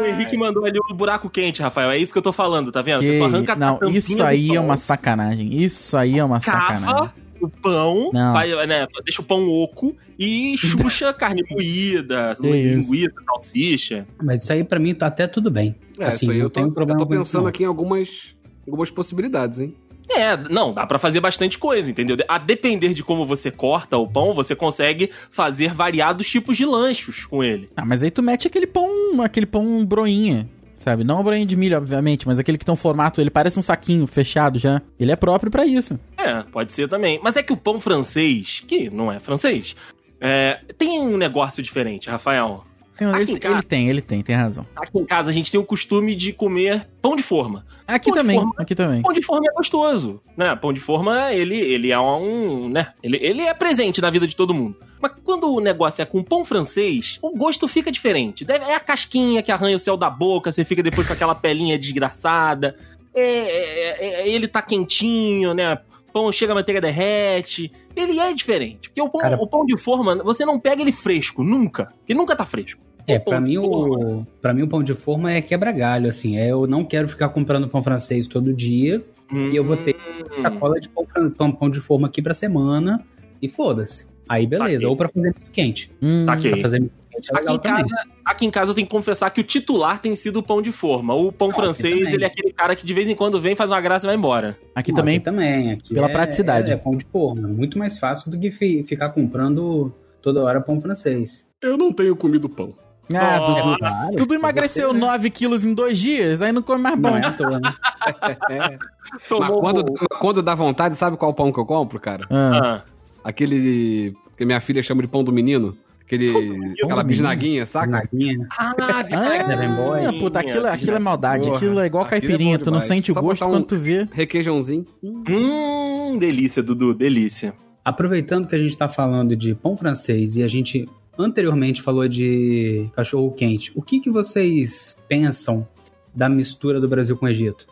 Speaker 3: O Henrique mandou ali o buraco quente, Rafael. É isso que eu tô falando, tá vendo? A
Speaker 2: Que-
Speaker 3: pessoa arranca a
Speaker 2: não,
Speaker 3: tampinha
Speaker 2: isso
Speaker 3: do
Speaker 2: aí é
Speaker 3: pão,
Speaker 2: uma sacanagem. Isso aí é uma sacanagem.
Speaker 3: Cava o pão,
Speaker 2: Não.
Speaker 3: faz, né, deixa o pão oco e chucha carne moída,
Speaker 2: Que isso.
Speaker 3: linguiça, salsicha.
Speaker 4: Mas isso aí pra mim tá até tudo bem.
Speaker 5: É,
Speaker 4: Assim,
Speaker 5: isso aí
Speaker 4: não
Speaker 5: eu tô,
Speaker 4: tem problema
Speaker 5: eu tô
Speaker 4: com isso,
Speaker 5: pensando
Speaker 4: não.
Speaker 5: aqui em algumas, algumas possibilidades, hein?
Speaker 3: É, não, dá pra fazer bastante coisa, entendeu? A depender de como você corta o pão, você consegue fazer variados tipos de lanchos com ele.
Speaker 2: Ah, mas aí tu mete aquele pão, aquele pão broinha. sabe? Não a broinha de milho, obviamente, mas aquele que tem um formato, ele parece um saquinho fechado já. Ele é próprio pra isso.
Speaker 3: É, pode ser também. Mas é que o pão francês, que não é francês, é, tem um negócio diferente, Rafael.
Speaker 2: Tem-
Speaker 3: Aqui
Speaker 2: Ele,
Speaker 3: em
Speaker 2: ele
Speaker 3: casa-
Speaker 2: tem, ele tem, tem razão.
Speaker 3: Aqui em casa a gente tem o costume de comer pão de forma.
Speaker 2: Aqui
Speaker 3: Pô, de
Speaker 2: também,
Speaker 3: forma-
Speaker 2: aqui também.
Speaker 3: Pão de forma é gostoso, né? Pão de forma, ele, ele é um, né? Ele, ele é presente na vida de todo mundo. Mas quando o negócio é com pão francês, o gosto fica diferente. Deve- É a casquinha que arranha o céu da boca, você fica depois com aquela pelinha desgraçada. É, é- é- é- ele tá quentinho, né? Pão chega, a manteiga derrete. Ele é diferente. Porque o pão,
Speaker 4: Cara-
Speaker 3: o pão de forma, você não pega ele fresco, nunca. Ele nunca tá fresco.
Speaker 4: É,
Speaker 3: O pão
Speaker 4: pra
Speaker 3: de
Speaker 4: mim,
Speaker 3: forma-
Speaker 4: o, pra mim o pão de forma é quebra-galho, assim. É, eu não quero ficar comprando pão francês todo dia. E eu vou ter
Speaker 3: Hum.
Speaker 4: Sacola de pão, fran- pão, pão de forma aqui pra semana e foda-se. Aí beleza.
Speaker 3: Saquei.
Speaker 4: Ou pra fazer misto quente.
Speaker 2: Hum,
Speaker 3: Saquei.
Speaker 4: Pra fazer misto quente é
Speaker 3: Tá Aqui
Speaker 4: legal
Speaker 3: em,
Speaker 4: também.
Speaker 3: casa, aqui em casa eu tenho que confessar que o titular tem sido o pão de forma. O pão
Speaker 4: Ah, aqui
Speaker 3: francês,
Speaker 4: também.
Speaker 3: ele é aquele cara que de vez em quando vem, faz uma graça e vai embora.
Speaker 2: aqui
Speaker 4: Não,
Speaker 2: também.
Speaker 4: também. Aqui
Speaker 2: pela
Speaker 4: é-
Speaker 2: praticidade.
Speaker 4: É, pão de forma. Muito mais fácil do que fi- ficar comprando toda hora pão francês.
Speaker 5: Eu não tenho comido pão.
Speaker 2: Ah,
Speaker 3: Nossa.
Speaker 2: Dudu. Dudu emagreceu 9 quilos em dois dias, aí não come
Speaker 3: Tá
Speaker 2: mais
Speaker 4: Não
Speaker 2: pão.
Speaker 4: é à toa, né?
Speaker 5: Mas
Speaker 3: Tomou um
Speaker 5: quando,
Speaker 3: o-
Speaker 5: mas quando dá vontade, sabe qual pão que eu compro, cara?
Speaker 2: Ah,
Speaker 3: Ah,
Speaker 5: Aquele que minha filha chama de pão do menino. Aquele, aquela
Speaker 2: Pão do
Speaker 5: bisnaguinha,
Speaker 3: Tá
Speaker 5: saca?
Speaker 4: Naguinha.
Speaker 3: ah,
Speaker 2: ah,
Speaker 3: bisnaguinha,
Speaker 2: puta, aquilo, aquilo é maldade.
Speaker 5: Porra,
Speaker 2: aquilo é igual
Speaker 5: aquilo é
Speaker 2: caipirinha,
Speaker 5: bom
Speaker 2: tu não
Speaker 5: demais.
Speaker 2: sente o
Speaker 5: Só
Speaker 2: gosto
Speaker 5: botar um-
Speaker 2: quando tu vê.
Speaker 5: Requeijãozinho.
Speaker 3: Hum, delícia, Dudu, delícia.
Speaker 4: Aproveitando que a gente tá falando de pão francês e a gente anteriormente falou de cachorro quente, o que, que vocês pensam da mistura do Brasil com o Egito?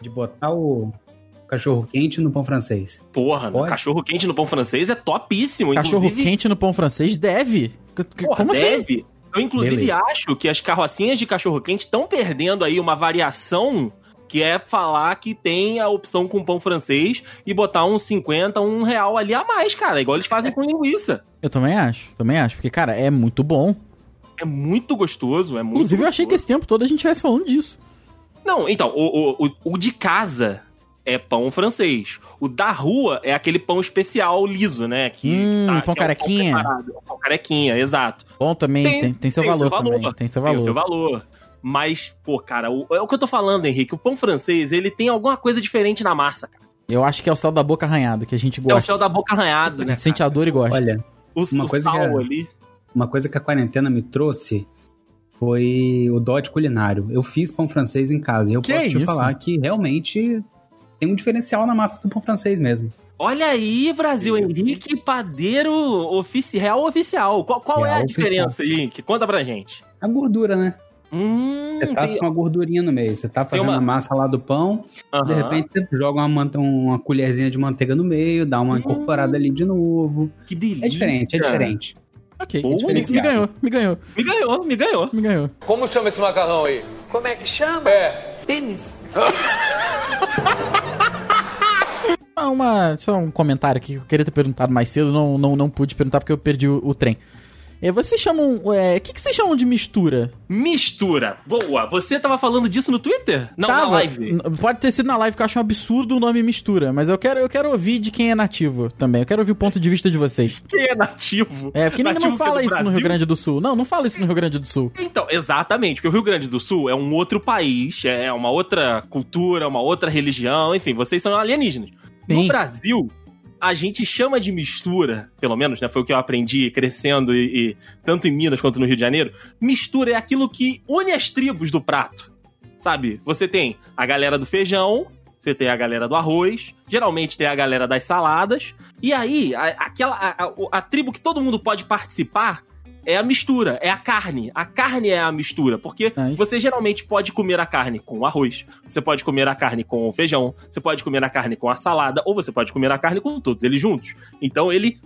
Speaker 4: de botar o cachorro quente no pão francês.
Speaker 3: Porra,
Speaker 4: Pode?
Speaker 3: cachorro quente no pão francês é topíssimo.
Speaker 2: Cachorro
Speaker 3: inclusive,
Speaker 2: quente no pão francês deve. C- c-
Speaker 3: porra,
Speaker 2: Como assim?
Speaker 3: deve. Eu, inclusive,
Speaker 4: Beleza.
Speaker 3: acho que as carrocinhas de cachorro quente estão perdendo aí uma variação que é falar que tem a opção com pão francês e botar uns 50, um real ali a mais, cara. Igual eles
Speaker 4: É.
Speaker 3: fazem com linguiça.
Speaker 2: Eu também acho, também acho, porque, cara, é muito bom.
Speaker 3: É muito gostoso, é muito
Speaker 2: Inclusive, eu achei que
Speaker 3: gostoso.
Speaker 2: esse tempo todo a gente estivesse falando disso.
Speaker 3: Não, então, o, o, o, o de casa é pão francês. O da rua é aquele pão especial liso, né? Que,
Speaker 2: Hum, pão
Speaker 3: que é um
Speaker 2: carequinha.
Speaker 3: preparado, é um pão carequinha, exato.
Speaker 2: Bom também, tem,
Speaker 3: Tem-
Speaker 2: tem seu
Speaker 3: tem o
Speaker 2: valor
Speaker 3: seu valor,
Speaker 2: também. Tem seu
Speaker 3: Tem
Speaker 2: valor.
Speaker 3: o seu valor. Mas, pô, cara, o- é o que eu tô falando, Henrique. O pão francês, ele tem alguma coisa diferente na massa, cara.
Speaker 2: Eu acho que é o sal da boca arranhado, que a gente
Speaker 3: É o
Speaker 2: gosta.
Speaker 3: céu da boca arranhado,
Speaker 2: A
Speaker 3: né?
Speaker 2: gente sente a dor e gosta.
Speaker 4: Olha,
Speaker 3: O,
Speaker 4: Uma
Speaker 3: o
Speaker 4: coisa
Speaker 3: sal
Speaker 4: que é-
Speaker 3: ali.
Speaker 4: Uma coisa que a quarentena me trouxe foi o dote culinário. Eu fiz pão francês em casa e eu
Speaker 2: Que
Speaker 4: posso te
Speaker 2: isso?
Speaker 4: falar que realmente tem um diferencial na massa do pão francês mesmo.
Speaker 3: Olha aí, Brasil,
Speaker 5: Sim.
Speaker 3: Henrique Padeiro ofici... real oficial. Qual, qual é a
Speaker 4: Real
Speaker 3: diferença, Henrique? Conta pra gente.
Speaker 4: A gordura, né?
Speaker 3: Hum,
Speaker 4: Você tá
Speaker 3: tem-
Speaker 4: com uma gordurinha no meio. Você tá
Speaker 3: Tem
Speaker 4: fazendo
Speaker 3: uma-
Speaker 4: a massa lá do pão, de
Speaker 3: Aham.
Speaker 4: repente você joga uma, manta- uma colherzinha de manteiga no meio, dá uma
Speaker 3: Hum.
Speaker 4: incorporada ali de novo.
Speaker 3: Que delícia.
Speaker 4: É diferente, é diferente.
Speaker 2: Ok,
Speaker 3: Boa,
Speaker 2: me- me ganhou, me ganhou,
Speaker 3: Me ganhou, me ganhou.
Speaker 2: me ganhou.
Speaker 6: Como chama esse macarrão aí?
Speaker 7: Como é que chama?
Speaker 6: É.
Speaker 7: Pênis.
Speaker 2: Ah, Uma, só um comentário aqui que eu queria ter perguntado mais cedo, não, não, não pude perguntar porque eu perdi o, o trem. É, vocês chamam. é, O que, que vocês chamam de mistura?
Speaker 3: Mistura. Boa. Você tava falando disso no Twitter? Não,
Speaker 2: Tava-
Speaker 3: Então, na live.
Speaker 2: n- Pode ter sido na live que eu acho um absurdo o nome mistura, mas eu quero, eu quero ouvir de quem é nativo também. Eu quero ouvir o ponto de vista de vocês.
Speaker 3: Quem é nativo?
Speaker 2: É, porque ninguém
Speaker 3: Nativo
Speaker 2: não fala
Speaker 3: do
Speaker 2: isso no Rio
Speaker 3: Brasil?
Speaker 2: Grande do Sul. Não, não fala isso no Rio Grande do Sul.
Speaker 3: Então, exatamente, porque o Rio Grande do Sul é um outro país, é uma outra cultura, uma outra religião, enfim, vocês são alienígenas.
Speaker 2: Sim.
Speaker 3: No Brasil, a gente chama de mistura, pelo menos, né? Foi o que eu aprendi crescendo, e, e tanto em Minas quanto no Rio de Janeiro. Mistura é aquilo que une as tribos do prato. Sabe? Você tem a galera do feijão, você tem a galera do arroz, geralmente tem a galera das saladas, e aí, a- aquela. a- a- o- a tribo que todo mundo pode participar é a mistura, é a carne. A carne é a mistura, porque
Speaker 2: Nice.
Speaker 3: você geralmente pode comer a carne com arroz, você pode comer a carne com o feijão, você pode comer a carne com a salada, ou você pode comer a carne com todos eles juntos. Então ele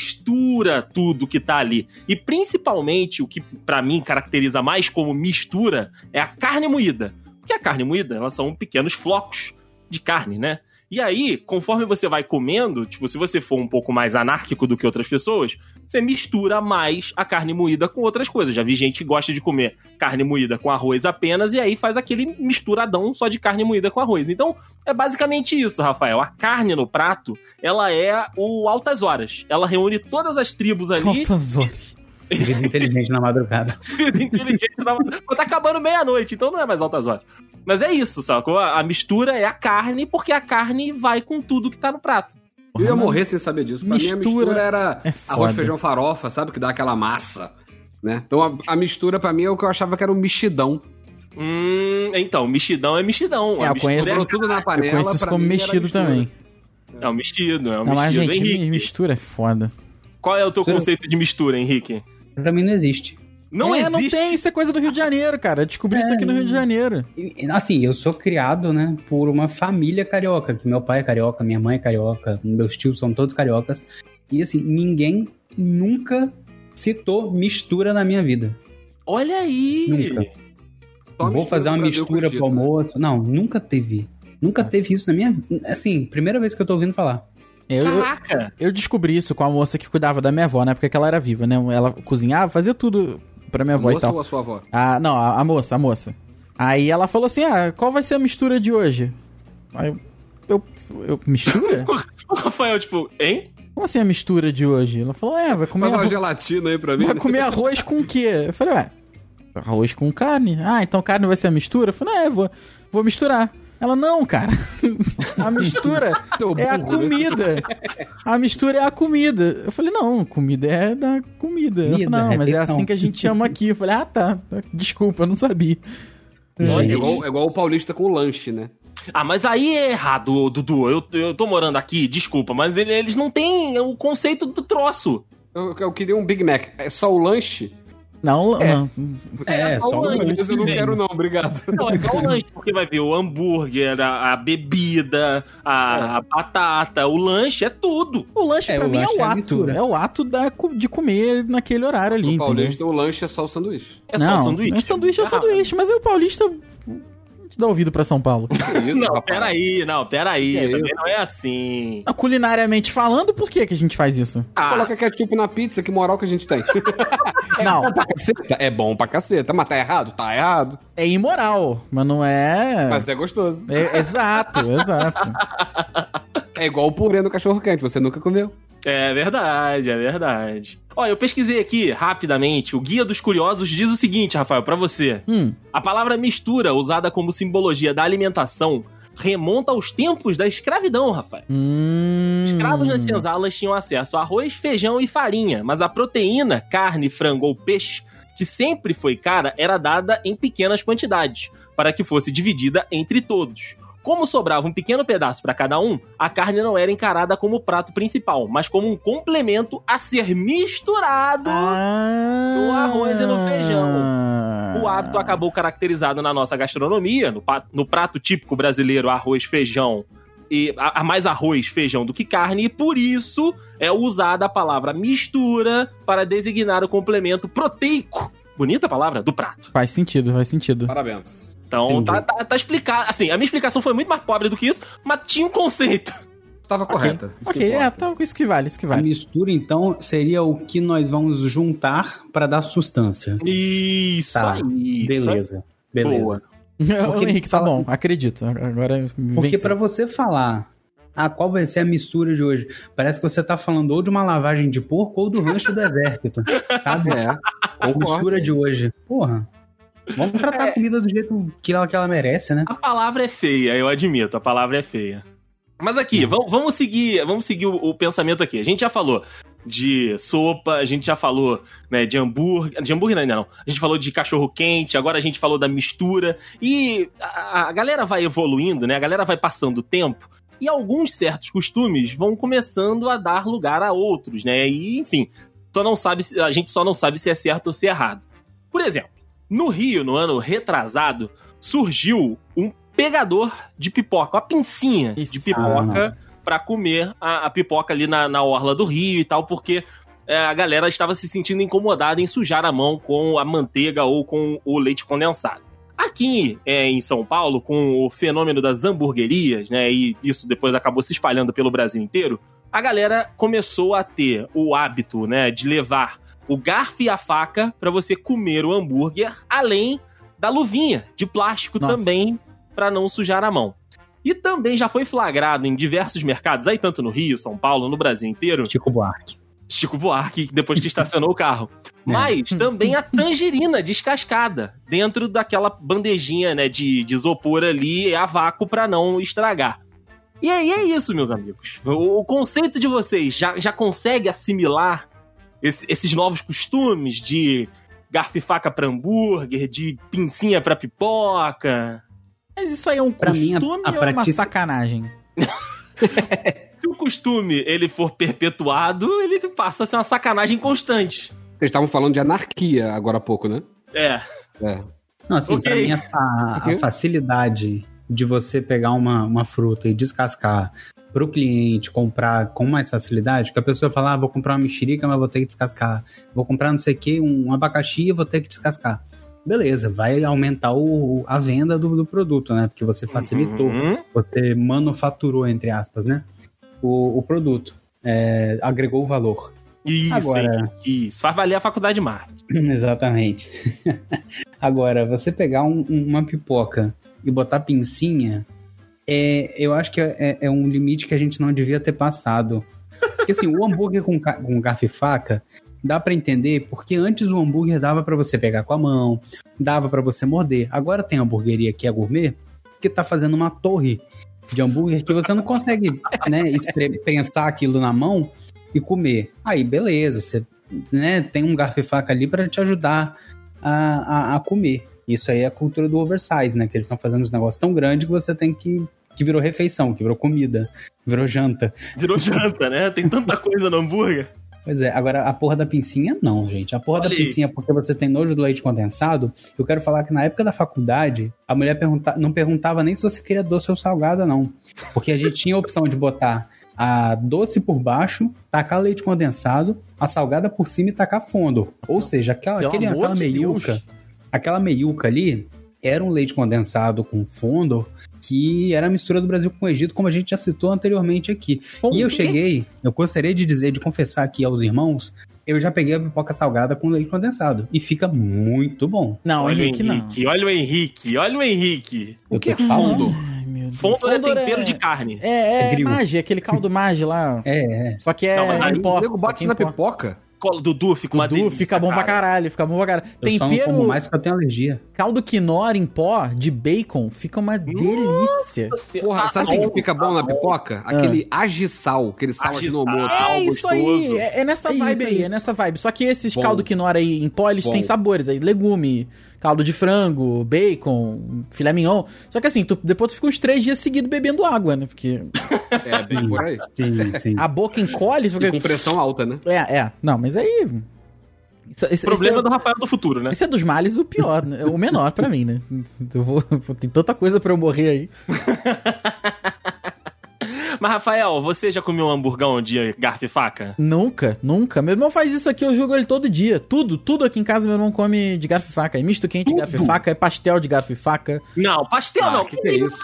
Speaker 3: mistura tudo que tá ali. E principalmente o que pra mim caracteriza mais como mistura é a carne moída. Porque a carne moída, elas são pequenos flocos de carne, né? E aí, conforme você vai comendo, tipo, se você for um pouco mais anárquico do que outras pessoas, você mistura mais a carne moída com outras coisas. Já vi gente que gosta de comer carne moída com arroz apenas e aí faz aquele misturadão só de carne moída com arroz. Então, é basicamente isso, Rafael. A carne no prato, ela é o altas horas. Ela reúne todas as tribos ali
Speaker 2: Altas horas.
Speaker 4: Vida inteligente na madrugada.
Speaker 3: Vida inteligente na madrugada. Pô, Tá acabando meia-noite, então não é mais altas horas. Mas é isso, sacou? A a mistura é a carne, porque a carne vai com tudo que tá no prato.
Speaker 5: Eu ia morrer sem saber disso. Pra mim, a
Speaker 2: Mistura
Speaker 5: mistura era
Speaker 2: é
Speaker 5: arroz,
Speaker 2: foda.
Speaker 5: feijão, farofa, sabe? Que dá aquela massa, né? Então, a, a mistura, pra mim, é o que eu achava que era um mexidão.
Speaker 3: Hum, então, mexidão é mexidão.
Speaker 2: É,
Speaker 3: A
Speaker 2: eu
Speaker 3: mistura
Speaker 2: conheço-
Speaker 5: Sobrou tudo na panela.
Speaker 2: Eu conheço isso
Speaker 5: pra
Speaker 2: como
Speaker 5: mim, era
Speaker 2: mexido
Speaker 5: mistura.
Speaker 2: também.
Speaker 3: É um mexido, é um
Speaker 2: Não, mas,
Speaker 3: mexido.
Speaker 2: gente,
Speaker 3: Henrique,
Speaker 2: mistura é foda.
Speaker 3: qual é o teu
Speaker 4: Sim.
Speaker 3: conceito de mistura, Henrique?
Speaker 4: Pra mim não existe.
Speaker 3: Não
Speaker 2: é, não
Speaker 3: existe.
Speaker 2: tem, isso é coisa do Rio de Janeiro, cara. Eu descobri isso aqui no Rio de Janeiro.
Speaker 4: E, Assim, eu sou criado, né, por uma família carioca, que meu pai é carioca, minha mãe é carioca, meus tios são todos cariocas. E assim, ninguém nunca citou mistura na minha vida.
Speaker 3: Olha aí.
Speaker 4: Nunca.
Speaker 5: Só
Speaker 4: Vou
Speaker 5: mistura
Speaker 4: fazer uma
Speaker 5: do Brasil com
Speaker 4: mistura pro
Speaker 5: Tito, né?
Speaker 4: almoço. Não, nunca teve. Nunca teve isso na minha vida. Assim, primeira vez que eu tô ouvindo falar.
Speaker 2: Eu, eu-
Speaker 3: Caraca.
Speaker 2: eu descobri isso com a moça que cuidava da minha avó na época que ela era viva, né? Ela cozinhava, fazia tudo pra minha avó e
Speaker 5: Moça
Speaker 2: tal.
Speaker 5: ou a sua avó?
Speaker 2: Ah, não, a, a moça, a moça. Aí ela falou assim: ah, qual vai ser a mistura de hoje? Aí eu. eu, eu- mistura?
Speaker 3: O Rafael, tipo, hein?
Speaker 2: Como assim a mistura de hoje? Ela falou: é, vai comer,
Speaker 5: Faz uma
Speaker 2: arro-
Speaker 5: gelatina aí pra mim.
Speaker 2: vai
Speaker 5: né?
Speaker 2: comer arroz com o quê? Eu falei: ué, arroz com carne. Ah, então carne vai ser a mistura? Eu falei: é, vou, vou misturar. Ela, não, cara. A mistura
Speaker 5: Teu
Speaker 2: é a
Speaker 5: burro, né?
Speaker 2: comida. A mistura é a comida. Eu falei, não, comida é da comida. Ela falou, não,
Speaker 4: Comida,
Speaker 2: mas é
Speaker 4: refeição.
Speaker 2: assim que a gente chama aqui. Eu falei, ah, tá. Desculpa, eu não sabia.
Speaker 5: É
Speaker 3: Olha
Speaker 5: igual, é igual o paulista com o lanche, né?
Speaker 3: Ah, mas aí é errado, ô, Dudu. Eu, eu tô morando aqui, desculpa, mas ele- eles não têm o conceito do troço.
Speaker 5: Eu, eu queria um Big Mac. É só o lanche?
Speaker 2: Não, não.
Speaker 4: É, só
Speaker 5: o
Speaker 4: um
Speaker 5: lanche.
Speaker 4: lanche.
Speaker 5: Eu não
Speaker 3: mesmo.
Speaker 5: quero não, obrigado.
Speaker 3: Não, é igual o lanche, porque vai ver o hambúrguer, a, a bebida,
Speaker 2: É.
Speaker 3: a, a batata, o lanche, é tudo.
Speaker 2: O lanche
Speaker 4: É,
Speaker 2: pra
Speaker 4: o
Speaker 2: mim é
Speaker 4: lanche é
Speaker 2: o
Speaker 4: a
Speaker 2: ato.
Speaker 4: mistura.
Speaker 2: É o ato da, co- de comer naquele horário ali,
Speaker 5: O
Speaker 2: entendeu?
Speaker 5: paulista, o lanche é só o sanduíche.
Speaker 3: É
Speaker 2: não,
Speaker 3: só sanduíche.
Speaker 2: É sanduíche, é
Speaker 3: Ah,
Speaker 2: sanduíche. Mas aí o paulista não te dá ouvido pra São Paulo.
Speaker 5: Que Isso,
Speaker 3: Não,
Speaker 5: rapaz?
Speaker 3: peraí, não, peraí.
Speaker 5: Que
Speaker 3: também não é assim.
Speaker 2: Ah, Culinariamente falando, por que, que a gente faz isso?
Speaker 3: Ah,
Speaker 5: Coloca ketchup na pizza, que moral que a gente tem.
Speaker 2: não,
Speaker 5: pra caceta? É bom pra caceta, mas tá errado? Tá errado.
Speaker 2: é imoral, mas não é...
Speaker 5: Mas é gostoso.
Speaker 2: é exato, exato.
Speaker 5: É igual o purê no cachorro quente, você nunca comeu.
Speaker 3: É verdade, é verdade. Ó, eu pesquisei aqui rapidamente. O Guia dos Curiosos diz o seguinte, Rafael, pra você.
Speaker 2: Hum,
Speaker 3: A palavra mistura, usada como simbologia da alimentação, remonta aos tempos da escravidão, Rafael.
Speaker 2: hum,
Speaker 3: Escravos nas senzalas tinham acesso a arroz, feijão e farinha, mas a proteína, carne, frango ou peixe, que sempre foi cara, era dada em pequenas quantidades, para que fosse dividida entre todos. Como sobrava um pequeno pedaço para cada um, a carne não era encarada como o prato principal, mas como um complemento a ser misturado.
Speaker 2: Ah.
Speaker 3: no arroz e no O hábito acabou caracterizado na nossa gastronomia, no, pa- no prato típico brasileiro, arroz, feijão. E a, a mais arroz, feijão do que carne, e por isso é usada a palavra mistura para designar o complemento proteico. Bonita palavra? Do prato.
Speaker 2: Faz sentido, faz sentido.
Speaker 5: Parabéns.
Speaker 3: Então
Speaker 4: Entendi.
Speaker 3: tá, tá, tá explicado. Assim, a minha explicação foi muito mais pobre do que isso, mas tinha um conceito.
Speaker 5: Tava correta. isso que
Speaker 2: Ok, é,
Speaker 5: importa.
Speaker 2: tá, isso que vale, isso que
Speaker 4: A
Speaker 2: vale.
Speaker 4: mistura, então, seria o que nós vamos juntar pra dar sustância.
Speaker 3: Isso
Speaker 4: Tá,
Speaker 3: aí. isso aí.
Speaker 4: Beleza. Beleza.
Speaker 3: Boa.
Speaker 2: Ô,
Speaker 4: Porque
Speaker 2: Henrique, tá
Speaker 4: fala-
Speaker 2: bom, acredito. Agora
Speaker 4: Porque
Speaker 2: venceu.
Speaker 4: pra você falar, ah, qual vai ser a mistura de hoje? Parece que você tá falando ou de uma lavagem de porco ou do rancho do exército, sabe?
Speaker 5: É,
Speaker 4: a
Speaker 5: concordo.
Speaker 4: mistura de hoje. Porra. Vamos tratar a comida do jeito que ela, que ela merece, né?
Speaker 3: A palavra é feia, eu admito, a palavra é feia. Mas aqui, vamos, vamos seguir, vamos seguir o, o pensamento aqui. A gente já falou de sopa, a gente já falou né, de hambúrguer. De hambúrguer ainda não. A gente falou de cachorro quente, agora a gente falou da mistura. E a, a galera vai evoluindo, né? A galera vai passando o tempo. E alguns certos costumes vão começando a dar lugar a outros, né? E, enfim, só não sabe se- a gente só não sabe se é certo ou se é errado. Por exemplo, no Rio, no ano retrasado, surgiu um pegador de pipoca, uma pincinha de
Speaker 2: Isso.
Speaker 3: pipoca pra comer a, a pipoca ali na, na orla do Rio e tal, porque é, a galera estava se sentindo incomodada em sujar a mão com a manteiga ou com o leite condensado. Aqui é, em São Paulo, com o fenômeno das hamburguerias, né, e isso depois acabou se espalhando pelo Brasil inteiro, a galera começou a ter o hábito, né, de levar o garfo e a faca para você comer o hambúrguer, além da luvinha de plástico
Speaker 2: Nossa.
Speaker 3: também para não sujar a mão. E também já foi flagrado em diversos mercados, aí tanto no Rio, São Paulo, no Brasil inteiro,
Speaker 4: Chico Buarque. É.
Speaker 3: Chico Buarque, depois que estacionou o carro. Mas também a tangerina descascada, dentro daquela bandejinha, né, de, de isopor ali, a vácuo pra não estragar. E aí é isso, meus amigos. O, o conceito de vocês já, já consegue assimilar esse- esses novos costumes de garfo e faca pra hambúrguer, de pincinha pra pipoca.
Speaker 2: Mas isso aí é um
Speaker 4: Pra mim, a-
Speaker 2: costume
Speaker 4: a
Speaker 2: ou é uma
Speaker 4: pratici-
Speaker 2: sacanagem?
Speaker 3: Se o costume ele for perpetuado, ele passa a ser uma sacanagem constante.
Speaker 5: Vocês estavam falando de anarquia agora há pouco, né?
Speaker 3: É.
Speaker 5: É.
Speaker 4: Não, assim,
Speaker 3: Ok.
Speaker 4: pra
Speaker 3: Uhum.
Speaker 4: mim a, a
Speaker 5: Ok.
Speaker 4: facilidade de você pegar uma, uma fruta e descascar pro cliente comprar com mais facilidade, que a pessoa fala, ah, vou comprar uma mexerica, mas vou ter que descascar. Vou comprar não sei o que, um abacaxi e vou ter que descascar. Beleza, vai aumentar o, a venda do, do produto, né? Porque você facilitou
Speaker 3: Uhum.
Speaker 4: você manufaturou, entre aspas, né? O, o produto. É, agregou o valor.
Speaker 3: Isso,
Speaker 4: Agora-
Speaker 3: hein? isso. Faz valer a faculdade de marketing.
Speaker 4: Exatamente. Agora, você pegar um- um- uma pipoca e botar pincinha, é, eu acho que é, é um limite que a gente não devia ter passado. Porque assim, o hambúrguer com, ca- com garfo e faca, dá pra entender, porque antes o hambúrguer dava pra você pegar com a mão, dava pra você morder. Agora tem hamburgueria que é gourmet, que tá fazendo uma torre de hambúrguer que você não consegue, né, espre- prensar aquilo na mão e comer. Aí, beleza, você né, tem um garfo e faca ali pra te ajudar a, a, a comer. Isso aí é a cultura do oversize, né? Que eles estão fazendo uns negócios tão grandes que você tem que. que virou refeição, que virou comida, virou janta.
Speaker 3: Virou janta, né? Tem tanta coisa no hambúrguer.
Speaker 4: Pois é, agora a porra da pincinha não, gente. A porra
Speaker 3: Olha
Speaker 4: da
Speaker 3: aí.
Speaker 4: pincinha, porque você tem nojo do leite condensado, eu quero falar que na época da faculdade, a mulher pergunta, não perguntava nem se você queria doce ou salgada, não. Porque a gente tinha a opção de botar a doce por baixo, tacar leite condensado, a salgada por cima e tacar fundo. Ou seja, aquela,
Speaker 2: Pelo
Speaker 4: aquele,
Speaker 2: amor
Speaker 4: aquela
Speaker 2: de
Speaker 4: meiuca.
Speaker 2: Deus.
Speaker 4: Aquela meiuca ali era um leite condensado com fundo que era a mistura do Brasil com o Egito, como a gente já citou anteriormente aqui.
Speaker 2: Com
Speaker 4: e eu
Speaker 2: quê?
Speaker 4: cheguei, eu gostaria de dizer, de confessar aqui aos irmãos, eu já peguei a pipoca salgada com leite condensado e fica muito bom.
Speaker 2: Não,
Speaker 3: olha
Speaker 2: Henrique,
Speaker 3: o
Speaker 2: não.
Speaker 3: Henrique, olha o Henrique, olha o Henrique.
Speaker 5: O
Speaker 4: Eu
Speaker 5: que é
Speaker 4: tô falando.
Speaker 5: fundo?
Speaker 2: Ai, meu Deus.
Speaker 3: Fondo é
Speaker 2: Fondor
Speaker 3: tempero de carne.
Speaker 2: É, é,
Speaker 4: É grilo.
Speaker 2: mage, aquele caldo mage lá.
Speaker 4: É, é.
Speaker 2: Só que é
Speaker 3: Não, mas aí
Speaker 5: Aí
Speaker 2: em
Speaker 5: o
Speaker 2: pó.
Speaker 5: nego
Speaker 2: só
Speaker 5: bate
Speaker 2: que em
Speaker 5: na
Speaker 2: pó.
Speaker 5: pipoca.
Speaker 3: Colo do Du fica uma
Speaker 2: Dudu,
Speaker 3: delícia,
Speaker 2: fica bom pra caralho, fica bom pra caralho.
Speaker 4: Eu só não
Speaker 2: Tempero,
Speaker 4: como mais porque eu tenho alergia.
Speaker 2: caldo quinoa em pó, de bacon, fica uma delícia.
Speaker 3: Você-
Speaker 5: Porra,
Speaker 3: tá
Speaker 5: sabe o
Speaker 3: bom,
Speaker 5: que fica bom na pipoca? Aquele agissal, aquele sal
Speaker 3: Agissal.
Speaker 5: aginomoto.
Speaker 3: Ah,
Speaker 2: É Ah. isso
Speaker 3: gostoso.
Speaker 2: aí, é, é nessa
Speaker 4: É
Speaker 2: vibe
Speaker 4: isso, é
Speaker 2: aí, é
Speaker 4: isso.
Speaker 2: nessa vibe. Só que esses
Speaker 5: Bom.
Speaker 2: caldo quinoa aí em pó, eles
Speaker 5: Bom.
Speaker 2: têm sabores aí, legume, caldo de frango, bacon, filé mignon. Só que assim, tu- depois tu fica uns três dias seguidos bebendo água, né? Porque
Speaker 5: É, bem por aí.
Speaker 4: Sim, sim.
Speaker 2: a boca encolhe, você
Speaker 5: E
Speaker 2: fica...
Speaker 5: com pressão alta, né?
Speaker 2: É, é. Não, mas aí... Isso,
Speaker 3: O
Speaker 2: isso-
Speaker 3: problema
Speaker 2: isso
Speaker 3: do Rafael do futuro, né?
Speaker 2: Esse é dos males o pior, né? o menor pra mim, né? Eu vou, tem tanta coisa pra eu morrer aí.
Speaker 3: Mas, Rafael, você já comeu um hamburgão de garfo e faca?
Speaker 2: Nunca, nunca. Meu irmão faz isso aqui, eu jogo ele todo dia. Tudo, tudo aqui em casa meu irmão come de garfo e faca. É misto quente de garfo e faca, é pastel de garfo e faca.
Speaker 3: Não, pastel
Speaker 5: Ah,
Speaker 3: não.
Speaker 5: que que é isso?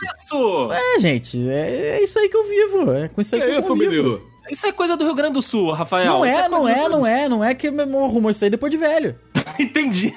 Speaker 2: É, gente, é, é isso aí que eu vivo. É com isso aí que eu convivo.
Speaker 3: Isso é coisa do Rio Grande do Sul, Rafael.
Speaker 2: Não
Speaker 3: Isso
Speaker 2: é, não
Speaker 3: coisa
Speaker 2: é,
Speaker 3: do-
Speaker 2: não é, não é que meu irmão arrumou isso aí depois de velho.
Speaker 3: Entendi.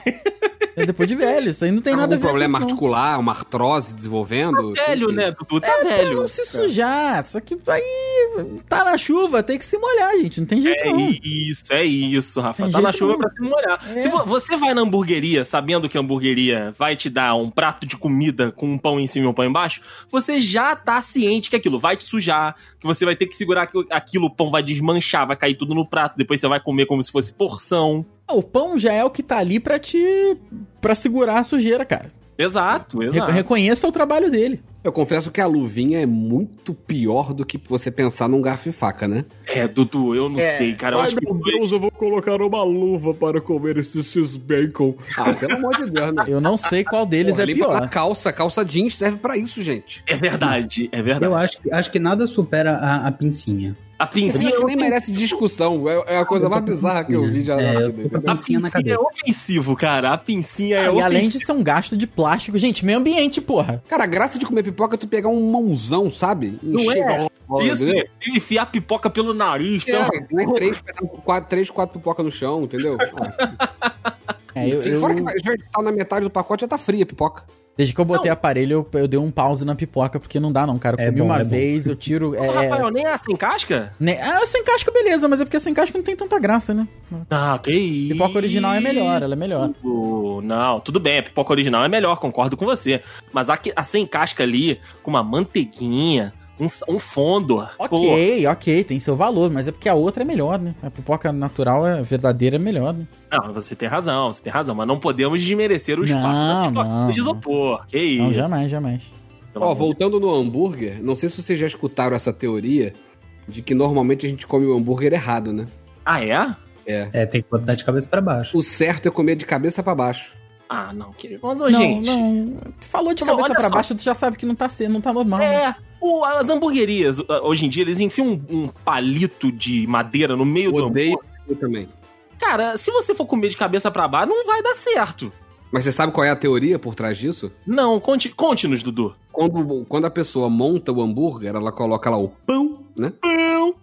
Speaker 2: É depois de velho, isso aí não tem
Speaker 5: Tem
Speaker 2: nada a ver
Speaker 5: algum
Speaker 2: com
Speaker 5: um problema
Speaker 2: isso, não.
Speaker 5: articular, uma artrose desenvolvendo? Tipo,
Speaker 3: Velho,
Speaker 5: Enfim.
Speaker 3: né, Dudu? Tá
Speaker 2: Pra
Speaker 3: velho.
Speaker 2: não se sujar, só que aí tá na chuva, tem que se molhar, gente, não tem jeito
Speaker 3: É
Speaker 2: não.
Speaker 3: isso, é isso, Rafa.
Speaker 2: Então. Tem
Speaker 3: Tá na
Speaker 2: jeito
Speaker 3: chuva
Speaker 2: não.
Speaker 3: pra se molhar.
Speaker 2: É.
Speaker 3: Se vo- você vai na hamburgueria sabendo que a hamburgueria vai te dar um prato de comida com um pão em cima e um pão embaixo, você já tá ciente que aquilo vai te sujar, que você vai ter que segurar aquilo- aquilo, o pão vai desmanchar, vai cair tudo no prato, depois você vai comer como se fosse porção.
Speaker 2: Ah, O pão já é o que tá ali pra te. pra segurar a sujeira, cara.
Speaker 3: Exato,
Speaker 2: Re-
Speaker 3: exato.
Speaker 2: reconheça o trabalho dele.
Speaker 5: Eu confesso que a luvinha é muito pior do que você pensar num garfo e faca, né?
Speaker 3: É, Dudu, eu não sei, cara. Eu acho que
Speaker 1: eu vou colocar uma luva para comer esses bacon.
Speaker 5: Ah, pelo amor de Deus, né?
Speaker 2: Eu não sei qual deles
Speaker 5: Porra,
Speaker 2: é
Speaker 5: limpa
Speaker 2: pior.
Speaker 5: na calça, calça jeans serve pra isso, gente.
Speaker 3: é verdade, é
Speaker 2: Ah,
Speaker 3: verdade.
Speaker 4: Eu acho, que- acho que nada supera a, a pincinha.
Speaker 3: A
Speaker 5: Sim,
Speaker 3: pincinha é
Speaker 5: acho que nem merece discussão. É, é a coisa mais bizarra que eu vi já.
Speaker 4: É,
Speaker 5: na
Speaker 4: eu
Speaker 5: vida,
Speaker 4: tô com a
Speaker 5: entendeu?
Speaker 3: A
Speaker 4: pincinha na
Speaker 3: pincinha é
Speaker 4: cabeça.
Speaker 3: ofensivo, cara. A pincinha é
Speaker 2: Ah, e
Speaker 3: ofensiva.
Speaker 2: além de ser um gasto de plástico, gente, meio ambiente, porra.
Speaker 5: Cara, a graça de comer pipoca é tu pegar um mãozão, sabe?
Speaker 3: Não
Speaker 5: Encher
Speaker 3: é?
Speaker 5: a bola,
Speaker 3: Isso,
Speaker 5: entendeu?
Speaker 3: e enfiar pipoca pelo nariz, pelo...
Speaker 5: É, né, três, pedaços- quatro, três, quatro pipoca no chão, entendeu? Ah,
Speaker 2: É, eu,
Speaker 5: se
Speaker 2: eu-
Speaker 5: Fora que vai- já tá na metade do pacote, já tá fria a pipoca.
Speaker 2: Desde que eu botei aparelho, eu, eu dei um pause na pipoca, porque não dá não, cara. Eu
Speaker 4: É
Speaker 2: comi
Speaker 4: bom,
Speaker 2: uma
Speaker 4: é bom.
Speaker 2: vez, eu tiro... é,
Speaker 3: Nossa, Rafael, nem assim, casca?
Speaker 2: né? Ah, sem casca, beleza, mas é porque sem casca não tem tanta graça, né?
Speaker 3: Ah, que isso.
Speaker 2: Pipoca original é melhor, ela é melhor.
Speaker 3: Ô, Não, tudo bem, a pipoca original é melhor, concordo com você. Mas a, que- a sem casca ali, com uma manteiguinha, um, s- um fondor. pô,
Speaker 2: Ok, ok, tem seu valor, mas é porque a outra é melhor, né? A pipoca natural é verdadeira, é melhor, né?
Speaker 3: não, você tem razão, você tem razão, mas não podemos desmerecer o espaço
Speaker 2: Não,
Speaker 3: da pipoquinha
Speaker 2: não,
Speaker 3: de isopor. Que isso.
Speaker 2: Não, jamais, jamais.
Speaker 3: Pelo
Speaker 5: Ó,
Speaker 3: amor
Speaker 5: voltando no hambúrguer, não sei se vocês já escutaram essa teoria de que normalmente a gente come o hambúrguer errado, né?
Speaker 3: de- Ah, é?
Speaker 5: É.
Speaker 4: É, tem que botar de cabeça pra baixo.
Speaker 5: O certo é comer de cabeça pra baixo.
Speaker 3: Ah, não, querido. Mas, ô,
Speaker 2: não,
Speaker 3: gente.
Speaker 2: não. Tu falou de
Speaker 3: Não,
Speaker 2: cabeça
Speaker 3: olha
Speaker 2: pra
Speaker 3: só.
Speaker 2: baixo, tu já sabe que não tá, sendo- não tá normal. né?
Speaker 3: É. o- as hamburguerias, ah, hoje em dia, eles enfiam um, um palito de madeira no meio
Speaker 5: Eu
Speaker 3: do hambúrguer.
Speaker 5: odeio eu também.
Speaker 3: Cara, se você for comer de cabeça pra baixo, não vai dar certo.
Speaker 5: Mas você sabe qual é a teoria por trás disso?
Speaker 3: Não, conte- conte-nos, Dudu.
Speaker 5: Quando, quando a pessoa monta o hambúrguer, ela coloca lá o pão, né?
Speaker 3: Pão,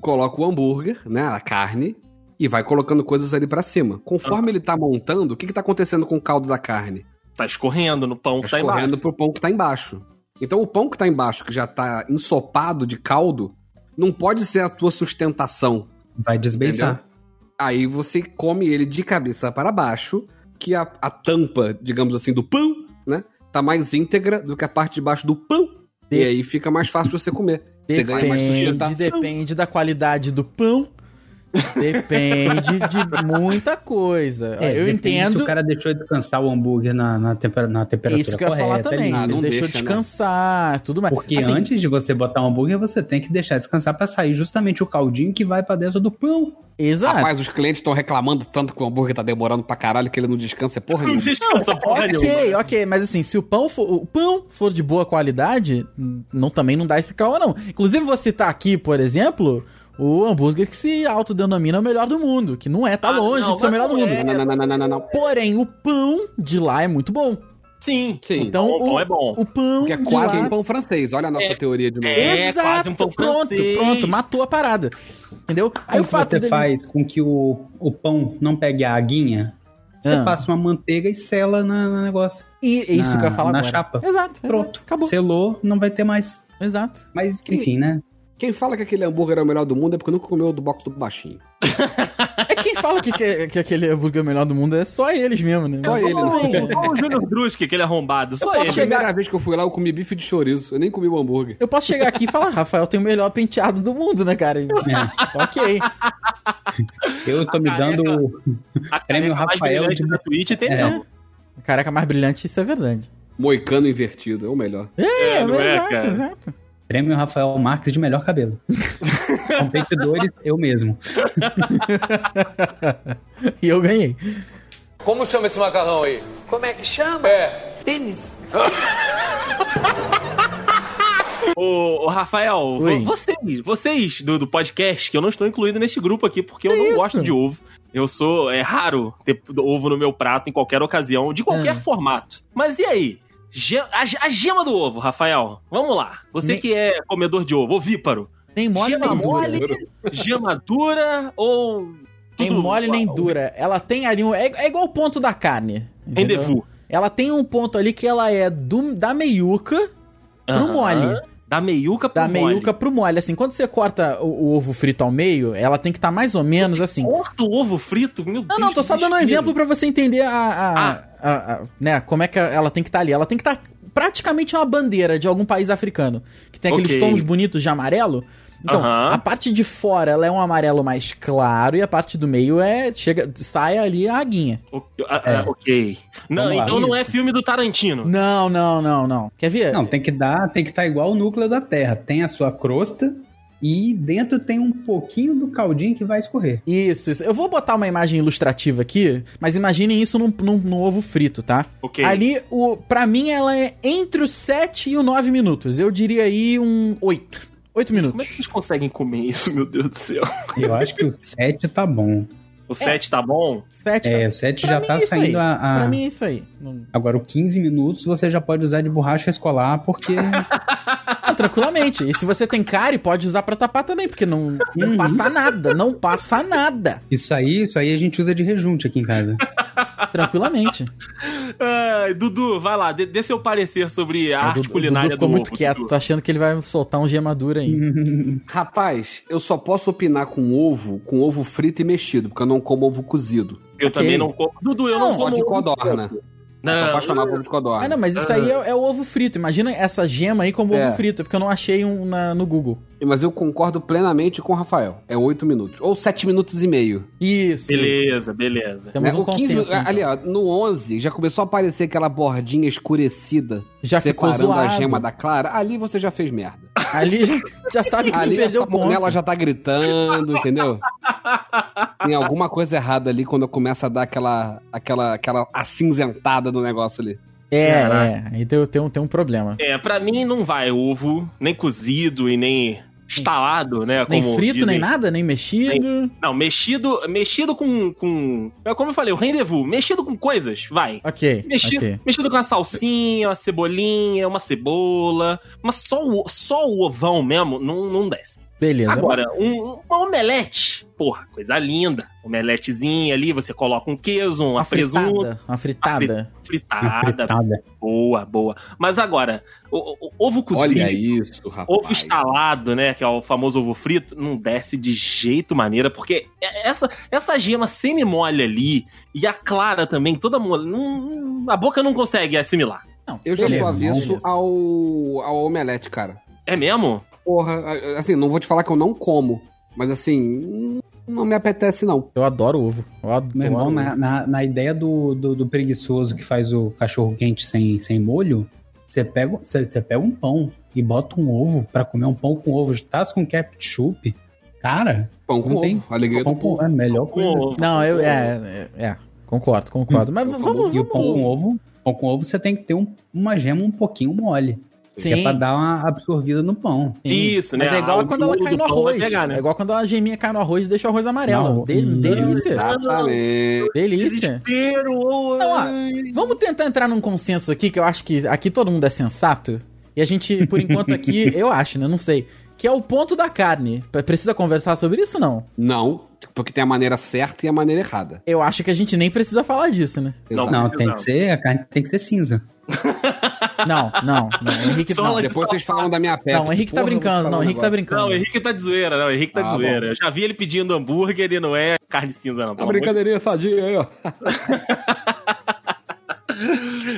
Speaker 5: Coloca o hambúrguer, né? A carne, e vai colocando coisas ali pra cima.
Speaker 3: Ah.
Speaker 5: Conforme ele tá montando, o que, que tá acontecendo com o caldo da carne?
Speaker 3: Tá escorrendo no pão
Speaker 5: Tá
Speaker 3: que tá embaixo.
Speaker 5: escorrendo pro pão que tá embaixo. Então o pão que tá embaixo, que já tá ensopado de caldo, não pode ser a tua sustentação.
Speaker 4: Vai desbeiçar.
Speaker 5: Entendeu? Aí você come ele de cabeça para baixo, que a, a tampa, digamos assim, do pão, né? Tá mais íntegra do que a parte de baixo do pão.
Speaker 2: De-
Speaker 5: E aí fica mais fácil de você comer. Você ganha mais
Speaker 2: Depende,
Speaker 5: sustentação.
Speaker 2: depende da qualidade do pão. Depende de muita coisa.
Speaker 4: É,
Speaker 2: Ah, eu
Speaker 4: depende Se
Speaker 2: entendo.
Speaker 4: o cara deixou de descansar o hambúrguer na, na, tempera- na temperatura
Speaker 2: Isso que eu ia
Speaker 4: correta
Speaker 2: falar também.
Speaker 4: ali.
Speaker 5: Ah,
Speaker 2: se
Speaker 5: não
Speaker 2: ele deixou
Speaker 5: deixa, né?
Speaker 2: descansar, tudo mais.
Speaker 4: Porque
Speaker 2: Assim,
Speaker 4: antes de você botar o hambúrguer, você tem que deixar descansar pra sair justamente o caldinho que vai pra dentro do pão.
Speaker 2: Exato.
Speaker 5: Rapaz, os clientes estão reclamando tanto que o hambúrguer tá demorando pra caralho que ele não descansa, é porra
Speaker 3: Não
Speaker 5: nenhuma.
Speaker 3: descansa porra nenhuma. né?
Speaker 2: Ok, ok, mas assim, se o pão for, o pão for de boa qualidade, não também não dá esse calma, não. Inclusive, vou citar aqui, por exemplo, o hambúrguer que se autodenomina o melhor do mundo, que não é, tá
Speaker 3: Ah,
Speaker 2: longe
Speaker 3: não,
Speaker 2: de ser o
Speaker 3: mas
Speaker 2: melhor do
Speaker 3: não
Speaker 2: mundo.
Speaker 3: é.
Speaker 5: Não, não, não, não, não, não, não.
Speaker 2: Porém, o pão de lá é muito bom.
Speaker 3: Sim.
Speaker 5: Sim.
Speaker 2: Então,
Speaker 3: Bom,
Speaker 2: o,
Speaker 3: bom, é bom.
Speaker 2: o pão
Speaker 5: que é
Speaker 2: de
Speaker 5: quase
Speaker 2: lá...
Speaker 5: um pão francês. Olha a nossa
Speaker 3: É.
Speaker 5: teoria de novo.
Speaker 3: É.
Speaker 2: Exato,
Speaker 3: quase um pão
Speaker 2: pronto,
Speaker 3: francês.
Speaker 2: pronto, matou a parada. Entendeu? Aí
Speaker 4: Aí
Speaker 2: o fato
Speaker 4: você
Speaker 2: dele...
Speaker 4: faz com que o, o pão não pegue a aguinha, você
Speaker 2: Ah.
Speaker 4: passa uma manteiga e sela na- no negócio.
Speaker 2: E é isso
Speaker 4: na-
Speaker 2: que eu ia falar
Speaker 4: na
Speaker 2: agora.
Speaker 4: chapa.
Speaker 2: Exato,
Speaker 4: Pronto.
Speaker 2: exato, acabou.
Speaker 4: Selou, não vai ter mais.
Speaker 2: Exato.
Speaker 4: Mas, enfim, né?
Speaker 5: Quem fala que aquele hambúrguer é o melhor do mundo é porque nunca comeu o do box do baixinho.
Speaker 2: É quem fala que, que, que aquele hambúrguer é o melhor do mundo é só eles mesmo, né?
Speaker 5: Só
Speaker 2: Mas
Speaker 5: ele,
Speaker 2: tudo
Speaker 5: né?
Speaker 2: bem.
Speaker 3: Olha o Júnior Druski, aquele arrombado. Só
Speaker 2: posso
Speaker 3: ele.
Speaker 5: A
Speaker 2: chegar-
Speaker 5: primeira vez que eu fui lá, eu comi bife de chouriço. Eu nem comi o hambúrguer.
Speaker 2: Eu posso chegar aqui e falar, Rafael tem o melhor penteado do mundo, né,
Speaker 3: É.
Speaker 2: cara? ok.
Speaker 4: Eu tô me
Speaker 3: careca-
Speaker 4: dando.
Speaker 3: A
Speaker 4: Prêmio
Speaker 3: careca mais
Speaker 4: Rafael
Speaker 3: brilhante
Speaker 4: de-
Speaker 3: da Twitch tem
Speaker 4: É.
Speaker 3: mesmo.
Speaker 2: Caraca, mais brilhante, isso é verdade.
Speaker 5: Moicano invertido, é o melhor.
Speaker 2: É,
Speaker 3: não é,
Speaker 2: exato,
Speaker 3: cara?
Speaker 2: exato.
Speaker 4: Prêmio Rafael Marques de melhor cabelo. Competidores, eu mesmo.
Speaker 2: E eu ganhei.
Speaker 6: Como chama esse macarrão aí?
Speaker 7: Como é que chama?
Speaker 6: É.
Speaker 7: Pênis.
Speaker 3: Ô, ô, Rafael,
Speaker 2: Oi.
Speaker 3: vo- vocês, vocês do, do podcast, que eu não estou incluído nesse grupo aqui, porque eu
Speaker 2: Que
Speaker 3: não
Speaker 2: isso?
Speaker 3: gosto de ovo. Eu sou. É raro ter ovo no meu prato em qualquer ocasião, de qualquer
Speaker 2: Ah.
Speaker 3: formato. Mas e aí? Ge- a, ge- a gema do ovo, Rafael. Vamos lá. Você
Speaker 2: Me-
Speaker 3: que é comedor de ovo, ovíparo.
Speaker 2: Nem mole
Speaker 3: gema
Speaker 2: nem dura.
Speaker 3: mole, gema dura ou.
Speaker 2: Nem
Speaker 3: tudo-
Speaker 2: mole nem dura. Ela tem ali um. É, é igual o ponto da carne. entendeu?
Speaker 3: Rendezvous.
Speaker 2: Ela tem um ponto ali que ela é do, da meiuca pro
Speaker 3: Aham.
Speaker 2: mole.
Speaker 3: Da meiuca pro
Speaker 2: Da
Speaker 3: mole.
Speaker 2: meiuca pro mole. Assim, quando você corta o, o ovo frito ao meio, ela tem que estar mais ou menos assim.
Speaker 3: Corta o ovo frito? Meu
Speaker 2: Não,
Speaker 3: Deus.
Speaker 2: não, tô
Speaker 3: que
Speaker 2: só dando um
Speaker 3: desespero.
Speaker 2: exemplo pra você entender a, a-
Speaker 3: Ah.
Speaker 2: a- a- né, como é que ela tem que estar ali. Ela tem que estar praticamente uma bandeira de algum país africano, que tem aqueles
Speaker 3: Ok.
Speaker 2: tons bonitos de amarelo. Então,
Speaker 3: Aham.
Speaker 2: a parte de fora ela é um amarelo mais claro e a parte do meio é chega sai ali a aguinha.
Speaker 3: O- ah, ah, ok. Não,
Speaker 4: Vamos lá.
Speaker 3: então não é
Speaker 2: É. Isso.
Speaker 3: filme do Tarantino.
Speaker 2: Não, não, não, não. Quer ver?
Speaker 4: Não, tem que dar, tem que estar igual o núcleo da Terra. Tem a sua crosta e dentro tem um pouquinho do caldinho que vai escorrer.
Speaker 2: Isso, isso. Eu vou botar uma imagem ilustrativa aqui, mas imaginem isso num, num- num ovo frito, tá?
Speaker 3: Ok.
Speaker 2: Ali, o, pra mim, ela é entre os 7 e os 9 minutos. Eu diria aí um 8. 8
Speaker 3: Como é
Speaker 2: minutos.
Speaker 3: que eles conseguem comer isso, meu Deus do céu?
Speaker 4: Eu acho que o 7 tá bom.
Speaker 2: É.
Speaker 3: O 7 tá bom?
Speaker 2: 7
Speaker 4: É, o 7
Speaker 2: Pra
Speaker 4: já
Speaker 2: mim
Speaker 4: tá
Speaker 2: é isso
Speaker 4: saindo
Speaker 2: aí.
Speaker 4: a. a-
Speaker 5: ah.
Speaker 2: Pra mim é isso aí. Não-
Speaker 4: Agora, o 15 minutos você já pode usar de borracha escolar, porque.
Speaker 2: Ah, tranquilamente. E se você tem cárie, pode usar pra tapar também, porque não, não
Speaker 4: Uhum.
Speaker 2: passa nada. Não passa nada.
Speaker 4: Isso aí, isso aí a gente usa de rejunte aqui em casa.
Speaker 2: Tranquilamente.
Speaker 3: Ai, Dudu, vai lá, dê, dê seu parecer sobre a
Speaker 2: O É,
Speaker 3: arte
Speaker 2: Dudu- o Dudu
Speaker 3: culinária
Speaker 2: ficou
Speaker 3: do
Speaker 2: muito
Speaker 3: ovo,
Speaker 2: quieto,
Speaker 3: Dudu.
Speaker 2: tô achando que ele vai soltar um gema dura aí.
Speaker 5: Uhum. Rapaz, eu só posso opinar com ovo, com ovo frito e mexido, porque eu não como ovo cozido.
Speaker 3: Eu
Speaker 2: Ok.
Speaker 3: também não como. Dudu, eu não,
Speaker 5: Só
Speaker 3: como
Speaker 5: de
Speaker 3: ovo.
Speaker 5: codorna. Eu sou
Speaker 3: Não,
Speaker 5: apaixonado por ovo de codorna.
Speaker 2: Ah, não, mas isso aí é, é o ovo frito. Imagina essa gema aí como
Speaker 5: É.
Speaker 2: ovo frito, porque eu não achei um na- no Google.
Speaker 5: Mas eu concordo plenamente com o Rafael. É 8 minutos. Ou 7 minutos e meio.
Speaker 2: Isso. isso.
Speaker 3: beleza, beleza.
Speaker 2: Temos
Speaker 5: né?
Speaker 2: um
Speaker 5: Ou 15
Speaker 2: consenso. então.
Speaker 5: Ali, ó, no 11 já começou a aparecer aquela bordinha escurecida
Speaker 2: já ficou
Speaker 5: separando
Speaker 2: zoado.
Speaker 5: a gema da clara. Ali você já fez merda.
Speaker 2: Ali já sabe que tu
Speaker 5: Ali a
Speaker 2: perdeu
Speaker 5: salmonela
Speaker 2: ponto.
Speaker 5: já tá gritando, entendeu? Tem alguma coisa errada ali quando começa a dar aquela, aquela, aquela acinzentada do negócio ali.
Speaker 2: É, é.
Speaker 3: Caraca.
Speaker 2: Então eu tenho, tenho um problema.
Speaker 3: É, pra mim não vai ovo, nem cozido e nem estalado, né?
Speaker 2: Nem
Speaker 3: como
Speaker 2: frito,
Speaker 3: dizem.
Speaker 2: nem nada, nem mexido.
Speaker 3: Não, mexido, mexido com, com. é Como eu falei, o rendezvous. Mexido com coisas, vai.
Speaker 2: Ok,
Speaker 3: Mexido,
Speaker 2: ok.
Speaker 3: mexido com uma salsinha, uma cebolinha, uma cebola. Mas só o, só o ovão mesmo não, não desce.
Speaker 2: Beleza.
Speaker 3: Agora, um, uma omelete. Porra, coisa linda. Omeletezinha ali, você coloca um queijo, uma,
Speaker 2: uma fritada.
Speaker 3: presunto,
Speaker 2: Uma fritada.
Speaker 3: fritada. Boa, boa. Mas agora, o, o- o ovo cozido.
Speaker 5: Olha isso, rapaz.
Speaker 3: Ovo estalado, né? Que é o famoso ovo frito, não desce de jeito maneira, porque é, essa, essa gema semi-mole ali e a clara também, toda mole, não- não- a boca não consegue assimilar.
Speaker 2: Não,
Speaker 5: Eu já
Speaker 2: beleza,
Speaker 5: sou avesso
Speaker 2: beleza.
Speaker 5: ao, ao omelete, cara.
Speaker 3: É mesmo?
Speaker 5: Porra, a- assim, não vou te falar que eu não como, mas assim, hum, não me apetece não.
Speaker 2: Eu adoro ovo. Eu adoro
Speaker 4: Meu irmão,
Speaker 2: ovo.
Speaker 4: na, na, na ideia do, do, do preguiçoso que faz o cachorro quente sem, sem molho, você pega, você, você pega um pão e bota um ovo pra comer um pão com ovo, taz com ketchup. Cara,
Speaker 5: Pão com
Speaker 4: Não
Speaker 5: ovo,
Speaker 4: tem
Speaker 5: alegria
Speaker 4: pão
Speaker 5: do
Speaker 4: com
Speaker 5: povo.
Speaker 4: é a melhor coisa.
Speaker 3: Ovo-
Speaker 2: Não, eu. É, é, é, concordo, concordo. Mas
Speaker 4: Pão com
Speaker 2: vamos.
Speaker 4: ovo- E o pão com
Speaker 2: vamos...
Speaker 4: ovo, pão com ovo você tem que ter um- uma gema um pouquinho mole.
Speaker 2: Sim.
Speaker 4: Que é pra dar uma absorvida no pão.
Speaker 2: Sim.
Speaker 3: Isso, né?
Speaker 2: Mas é igual
Speaker 3: Ah, o
Speaker 2: quando ela
Speaker 3: miolo
Speaker 2: cai
Speaker 3: do
Speaker 2: no
Speaker 3: pão vai
Speaker 2: arroz.
Speaker 3: pegar, né?
Speaker 2: É igual quando a geminha cai no arroz e deixa o arroz amarelo.
Speaker 4: Não,
Speaker 2: De-
Speaker 4: não.
Speaker 2: delícia.
Speaker 5: Exatamente.
Speaker 2: Delícia.
Speaker 3: Desespero! ô,
Speaker 2: Então, ó, vamos tentar entrar num consenso aqui, que eu acho que aqui todo mundo é sensato. E a gente, por enquanto, aqui, eu acho, né? Não sei. Que é o ponto da carne. P- Precisa conversar sobre isso ou não?
Speaker 5: Não, porque tem a maneira certa e a maneira errada.
Speaker 2: Eu acho que a gente nem precisa falar disso, né?
Speaker 3: Não,
Speaker 5: Exato.
Speaker 4: Não,
Speaker 3: precisa
Speaker 4: tem
Speaker 3: não.
Speaker 4: que ser, a carne tem que ser cinza.
Speaker 2: Não, não, não. O Henrique,
Speaker 3: Sola
Speaker 2: não.
Speaker 3: de-
Speaker 5: Depois vocês falam da minha pele.
Speaker 2: Não, o Henrique tá brincando. Não, o Henrique tá brincando.
Speaker 3: um Não, o Henrique tá de zoeira, não, o Henrique tá de
Speaker 5: Ah,
Speaker 3: zoeira. Eu já vi ele pedindo hambúrguer e não é carne cinza, não.
Speaker 5: Uma
Speaker 3: pelo amor de
Speaker 5: brincadeirinha sadia aí, ó.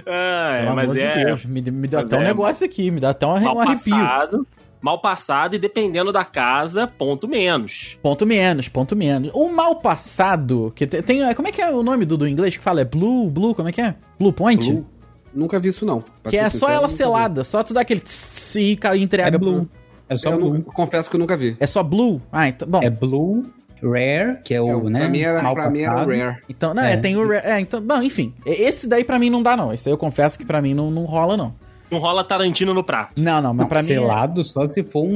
Speaker 3: Ah, é,
Speaker 2: Pelo
Speaker 3: mas
Speaker 2: amor
Speaker 3: é.
Speaker 2: de Deus, me, me deu
Speaker 3: mas
Speaker 2: até um
Speaker 3: é-
Speaker 2: negócio aqui, me dá até um,
Speaker 3: Mal
Speaker 2: um arrepio.
Speaker 3: passado. Mal passado e dependendo da casa, ponto menos.
Speaker 2: Ponto menos, ponto menos. O mal passado, que te- tem, Como é que é o nome do, do inglês que fala? É Blue, Blue, como é que é? Blue Point?
Speaker 5: Blue? Nunca vi isso, não.
Speaker 2: que
Speaker 5: Pra ser
Speaker 2: é
Speaker 5: sincero,
Speaker 2: só ela
Speaker 5: nunca vi.
Speaker 2: selada, só tu dá aquele tss e ca- entrega.
Speaker 4: É blue.
Speaker 2: pro-
Speaker 4: É só
Speaker 5: Eu
Speaker 4: blue.
Speaker 5: nu- confesso que eu nunca vi.
Speaker 2: É só Blue? Ah, então. Bom,
Speaker 4: É blue, rare, que é o,
Speaker 5: Eu-
Speaker 4: né?
Speaker 5: pra mim era,
Speaker 4: mal
Speaker 5: pra mim era
Speaker 4: passado.
Speaker 5: rare.
Speaker 2: então. Não, é,
Speaker 4: é.
Speaker 2: tem o. re- É, então. Bom, enfim. e- Esse daí pra mim não dá, não. Esse aí eu confesso que pra mim não, não rola, não.
Speaker 3: Não rola Tarantino no prato.
Speaker 2: Não, não, mas
Speaker 4: Não,
Speaker 2: pra mim. é-
Speaker 4: selado só se for um,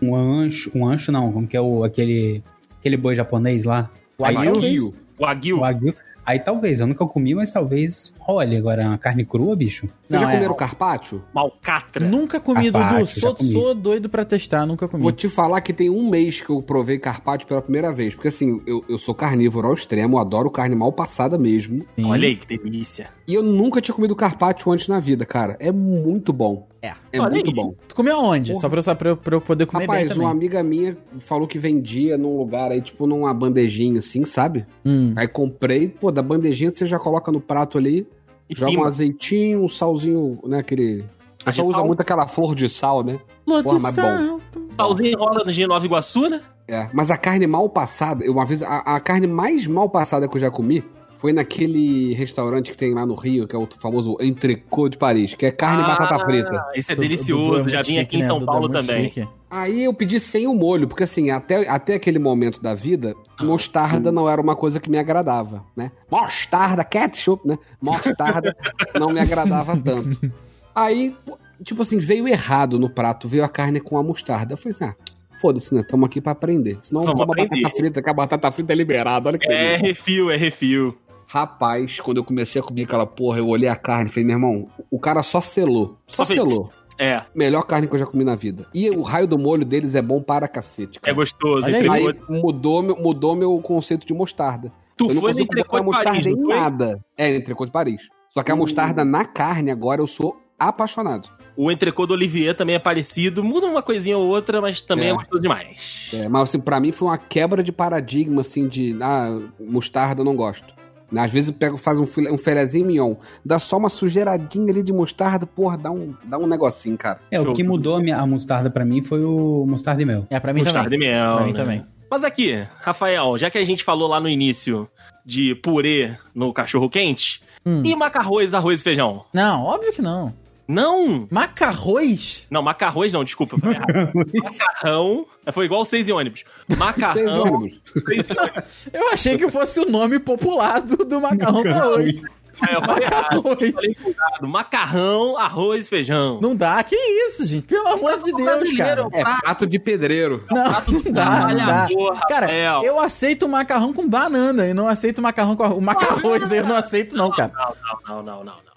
Speaker 4: um, um ancho, um ancho não, como que é o, aquele, aquele boi japonês lá.
Speaker 2: O Aí
Speaker 5: Wagyu.
Speaker 2: eu-
Speaker 3: Wagyu.
Speaker 4: O aguil. Aí talvez, eu nunca comi, mas talvez role agora, uma carne crua, bicho.
Speaker 2: Não,
Speaker 5: Vocês já
Speaker 2: é.
Speaker 5: comeram carpaccio?
Speaker 3: Malcatra.
Speaker 2: Nunca comi, Dudu.
Speaker 4: Capaz, já
Speaker 2: Sou,
Speaker 4: comi.
Speaker 2: sou doido pra testar, nunca comi.
Speaker 5: Vou te falar que tem um mês que eu provei carpaccio pela primeira vez. Porque assim, eu, eu sou carnívoro ao extremo, eu adoro carne mal passada mesmo.
Speaker 2: Sim.
Speaker 3: Olha aí que delícia.
Speaker 5: E eu nunca tinha comido carpaccio antes na vida, cara. É muito bom.
Speaker 2: É.
Speaker 5: É
Speaker 3: Olha
Speaker 5: muito
Speaker 3: aí.
Speaker 5: bom.
Speaker 2: Tu comeu aonde?
Speaker 5: Porra.
Speaker 2: Só pra eu, só pra eu- pra eu poder comer bem
Speaker 5: Rapaz,
Speaker 2: também.
Speaker 5: uma amiga minha falou que vendia num lugar aí, tipo numa bandejinha assim, sabe?
Speaker 2: Hum.
Speaker 5: Aí comprei, pô, da bandejinha você já coloca no prato ali,
Speaker 3: E
Speaker 5: joga um
Speaker 3: pimba.
Speaker 5: azeitinho, um salzinho, né, aquele... O pessoal
Speaker 3: de
Speaker 5: usa
Speaker 3: sal?
Speaker 5: muito aquela flor de sal, né?
Speaker 2: Flor
Speaker 5: Porra,
Speaker 2: de
Speaker 5: mas
Speaker 2: santo.
Speaker 3: Salzinho rola no G9 Iguaçu, né?
Speaker 5: É, mas a carne mal passada, eu uma vez, a, a carne mais mal passada que eu já comi foi naquele restaurante que tem lá no Rio, que é o famoso Entrecô de Paris, que é carne e batata frita.
Speaker 3: Ah, Isso é
Speaker 2: Dudu- Dudu é
Speaker 3: delicioso.
Speaker 2: muito
Speaker 3: Já vim
Speaker 2: chique,
Speaker 3: aqui em
Speaker 2: né?
Speaker 3: São
Speaker 2: Dudu é
Speaker 3: Paulo
Speaker 2: muito
Speaker 3: também.
Speaker 2: chique.
Speaker 5: Aí eu pedi sem o molho, porque assim, até, até aquele momento da vida,
Speaker 3: Ah.
Speaker 5: mostarda não era uma coisa que me agradava, né? Mostarda, ketchup, né? Mostarda não me agradava tanto. Aí, pô, tipo assim, veio errado no prato, veio a carne com a mostarda. Eu falei assim, ah, foda-se, né? Tamo aqui pra aprender. Senão eu
Speaker 3: Vamos
Speaker 5: como a batata
Speaker 3: aprender.
Speaker 5: frita, que a batata frita é liberada, olha que
Speaker 3: É
Speaker 5: beleza.
Speaker 3: refil, é refil.
Speaker 5: Rapaz, quando eu comecei a comer aquela porra, eu olhei a carne e falei, meu irmão, o cara só selou. Só,
Speaker 3: Só fez.
Speaker 5: selou.
Speaker 3: É,
Speaker 5: Melhor carne que eu já comi na vida. E o raio do molho deles é bom para cacete,
Speaker 3: é
Speaker 5: cara.
Speaker 3: gostoso.
Speaker 2: Olha aí. um
Speaker 3: entregou-
Speaker 5: Aí mudou, meu- mudou meu conceito de mostarda.
Speaker 3: tu
Speaker 5: eu não
Speaker 3: foi no
Speaker 5: consigo
Speaker 3: entrecô
Speaker 5: botar
Speaker 3: de
Speaker 5: mostarda
Speaker 2: Ah,
Speaker 3: Paris,
Speaker 5: em
Speaker 3: não foi?
Speaker 5: nada. É, entrecô de Paris. Só que a mostarda na carne agora eu sou apaixonado.
Speaker 3: O entrecô do Olivier também é parecido, muda uma coisinha ou outra, mas também é,
Speaker 5: É.
Speaker 3: gostoso demais.
Speaker 5: É, mas assim, pra mim foi uma quebra de paradigma, assim, de ah, mostarda eu não gosto. Né, Às vezes eu pego, faz um, filé, um filézinho mignon, dá só uma sujeiradinha ali de mostarda, porra, dá um, dá um negocinho, cara.
Speaker 4: É,
Speaker 3: Show.
Speaker 2: tá
Speaker 4: o que mudou a, minha- a mostarda pra mim foi o mostarda e mel.
Speaker 2: É, pra mim
Speaker 3: Mostarda
Speaker 2: também.
Speaker 3: e mel.
Speaker 2: pra mim
Speaker 3: né?
Speaker 2: também.
Speaker 3: Mas aqui, Rafael, já que a gente falou lá no início de purê no cachorro quente,
Speaker 2: Hum.
Speaker 3: e macarrões, arroz e feijão?
Speaker 2: Não, óbvio que não.
Speaker 3: Não!
Speaker 2: Macarrões?
Speaker 3: Não, macarrões não, desculpa, eu falei errado. Macarrão. é, Foi igual seis e ônibus.
Speaker 5: Seis
Speaker 3: Macarrão.
Speaker 5: é ônibus.
Speaker 3: seis e ônibus.
Speaker 2: Eu achei que fosse o nome popular do, do macarrão pra hoje.
Speaker 3: É, eu falei errado.
Speaker 2: Macarrões.
Speaker 3: Falei errado. Macarrão, arroz, feijão.
Speaker 2: Não dá, que isso, gente? Pelo amor de Deus, cara.
Speaker 3: Brasileiro,
Speaker 5: É
Speaker 3: prato,
Speaker 5: prato de pedreiro.
Speaker 2: Não, não dá, não dá.
Speaker 3: trabalhador,
Speaker 2: Cara,
Speaker 3: Rafael.
Speaker 2: eu aceito macarrão com banana e não aceito macarrão com arro- o macarrões, eu não aceito não, cara.
Speaker 3: Não, não, não, não, não.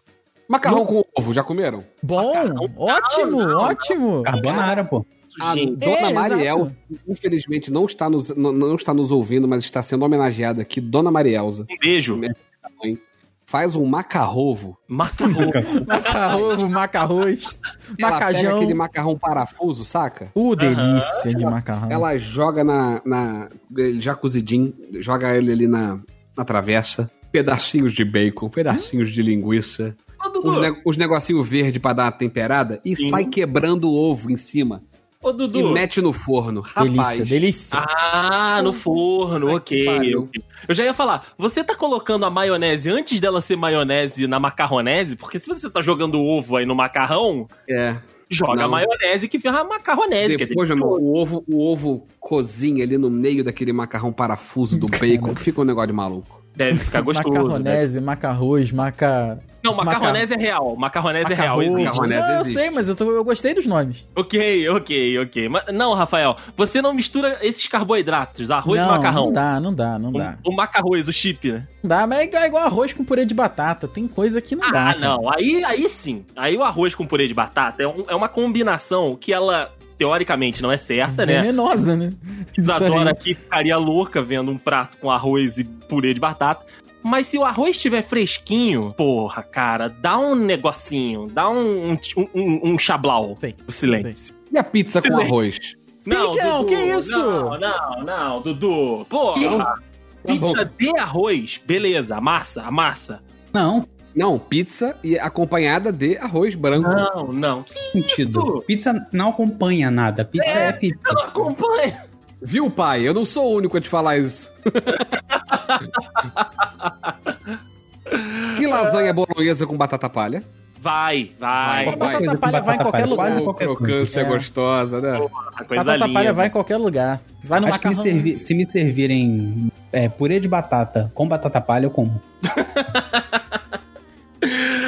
Speaker 5: Macarrão com ovo, já comeram?
Speaker 2: Bom, ótimo, ótimo.
Speaker 4: Carbonara, pô.
Speaker 5: A
Speaker 3: Gente,
Speaker 5: Ah, dona
Speaker 2: É,
Speaker 5: Mariel,
Speaker 2: exato.
Speaker 5: infelizmente, não está, nos, não, não está nos ouvindo, mas está sendo homenageada aqui, Dona Marielza,
Speaker 3: um beijo.
Speaker 5: faz um macarrovo.
Speaker 3: Macarrão.
Speaker 2: Macarrão, macarrões,
Speaker 5: Ela pega
Speaker 2: macajão.
Speaker 5: aquele macarrão parafuso, saca?
Speaker 2: Uh, delícia de macarrão.
Speaker 5: Ela joga na, na. ele Já cozidinho, joga ele ali na, na travessa. Pedacinhos de bacon, pedacinhos de linguiça,
Speaker 3: Ô,
Speaker 5: uns,
Speaker 3: Dudu,
Speaker 5: ne- uns negocinho verde pra dar uma temperada e
Speaker 3: Sim.
Speaker 5: sai quebrando o ovo em cima
Speaker 3: ô,
Speaker 5: e
Speaker 3: Dudu.
Speaker 5: mete no forno.
Speaker 2: delícia,
Speaker 5: Rapaz,
Speaker 2: delícia.
Speaker 3: Ah, no forno,
Speaker 5: Ai, que
Speaker 3: ok.
Speaker 5: pariu.
Speaker 3: ok. Eu já ia falar, você tá colocando a maionese antes dela ser maionese na macarronese? Porque se você tá jogando ovo aí no macarrão,
Speaker 5: é.
Speaker 3: joga
Speaker 5: Não.
Speaker 3: a maionese que vira a macarronese. que é
Speaker 5: Depois, meu irmão,
Speaker 3: delicioso.
Speaker 5: o ovo, o ovo cozinha ali no meio daquele macarrão parafuso do bacon, que fica um negócio de maluco.
Speaker 3: deve ficar gostoso. Né?
Speaker 2: Macarronese, macarrões, maca...
Speaker 3: Não, macarronese é real. Macarronese é real.
Speaker 2: macarrões.
Speaker 3: existe.
Speaker 5: Macarronese
Speaker 2: Não, eu
Speaker 5: existe.
Speaker 2: sei, mas eu, tô- eu gostei dos nomes.
Speaker 3: Ok, ok, ok. Mas, não, Rafael, você não mistura esses carboidratos, arroz
Speaker 2: não,
Speaker 3: e macarrão.
Speaker 2: não dá, não dá, não
Speaker 3: O-
Speaker 2: dá.
Speaker 3: O, macarrões, o chip, né?
Speaker 2: Não dá, mas é igual- é igual arroz com purê de batata. Tem coisa que não
Speaker 3: Ah,
Speaker 2: dá, cara.
Speaker 3: não. Aí, aí sim. Aí o arroz com purê de batata é, um- é uma combinação que ela, teoricamente, não é certa, né?
Speaker 2: Venenosa, né? Isso aí.
Speaker 3: Isadora aqui ficaria louca vendo um prato com arroz e purê de batata. Mas se o arroz estiver fresquinho, porra, cara, dá um negocinho, dá um, um, um, um xablau.
Speaker 2: Tem.
Speaker 3: O silêncio.
Speaker 5: E a pizza com arroz?
Speaker 2: Pigão, que isso?
Speaker 3: Não, não, não, Dudu. Porra,
Speaker 2: Tá
Speaker 3: pizza de arroz, beleza, a massa, a massa.
Speaker 4: Não,
Speaker 5: Não, pizza e acompanhada de arroz
Speaker 2: Tá
Speaker 5: branco.
Speaker 3: Não, não.
Speaker 4: sentido. Pizza não acompanha nada. Pizza é, pizza.
Speaker 3: Ela acompanha.
Speaker 5: Viu, pai? Eu não sou o único a te falar isso. e lasanha bolonhesa com batata palha?
Speaker 3: Vai, vai.
Speaker 5: Vai,
Speaker 2: Batata
Speaker 5: vai.
Speaker 4: Coisa com
Speaker 2: palha vai em
Speaker 4: batata
Speaker 2: qualquer
Speaker 4: palha,
Speaker 2: lugar.
Speaker 4: quase
Speaker 5: Ô,
Speaker 4: qualquer coisa.
Speaker 5: um crocância
Speaker 2: É.
Speaker 5: gostosa, né?
Speaker 3: A coisa né?
Speaker 2: Batata
Speaker 3: linda.
Speaker 2: palha vai em qualquer lugar.
Speaker 5: Ah,
Speaker 2: Vai no
Speaker 4: Acho que me
Speaker 2: macarrão.
Speaker 4: servi- se me servirem é, purê de batata com batata palha, eu como.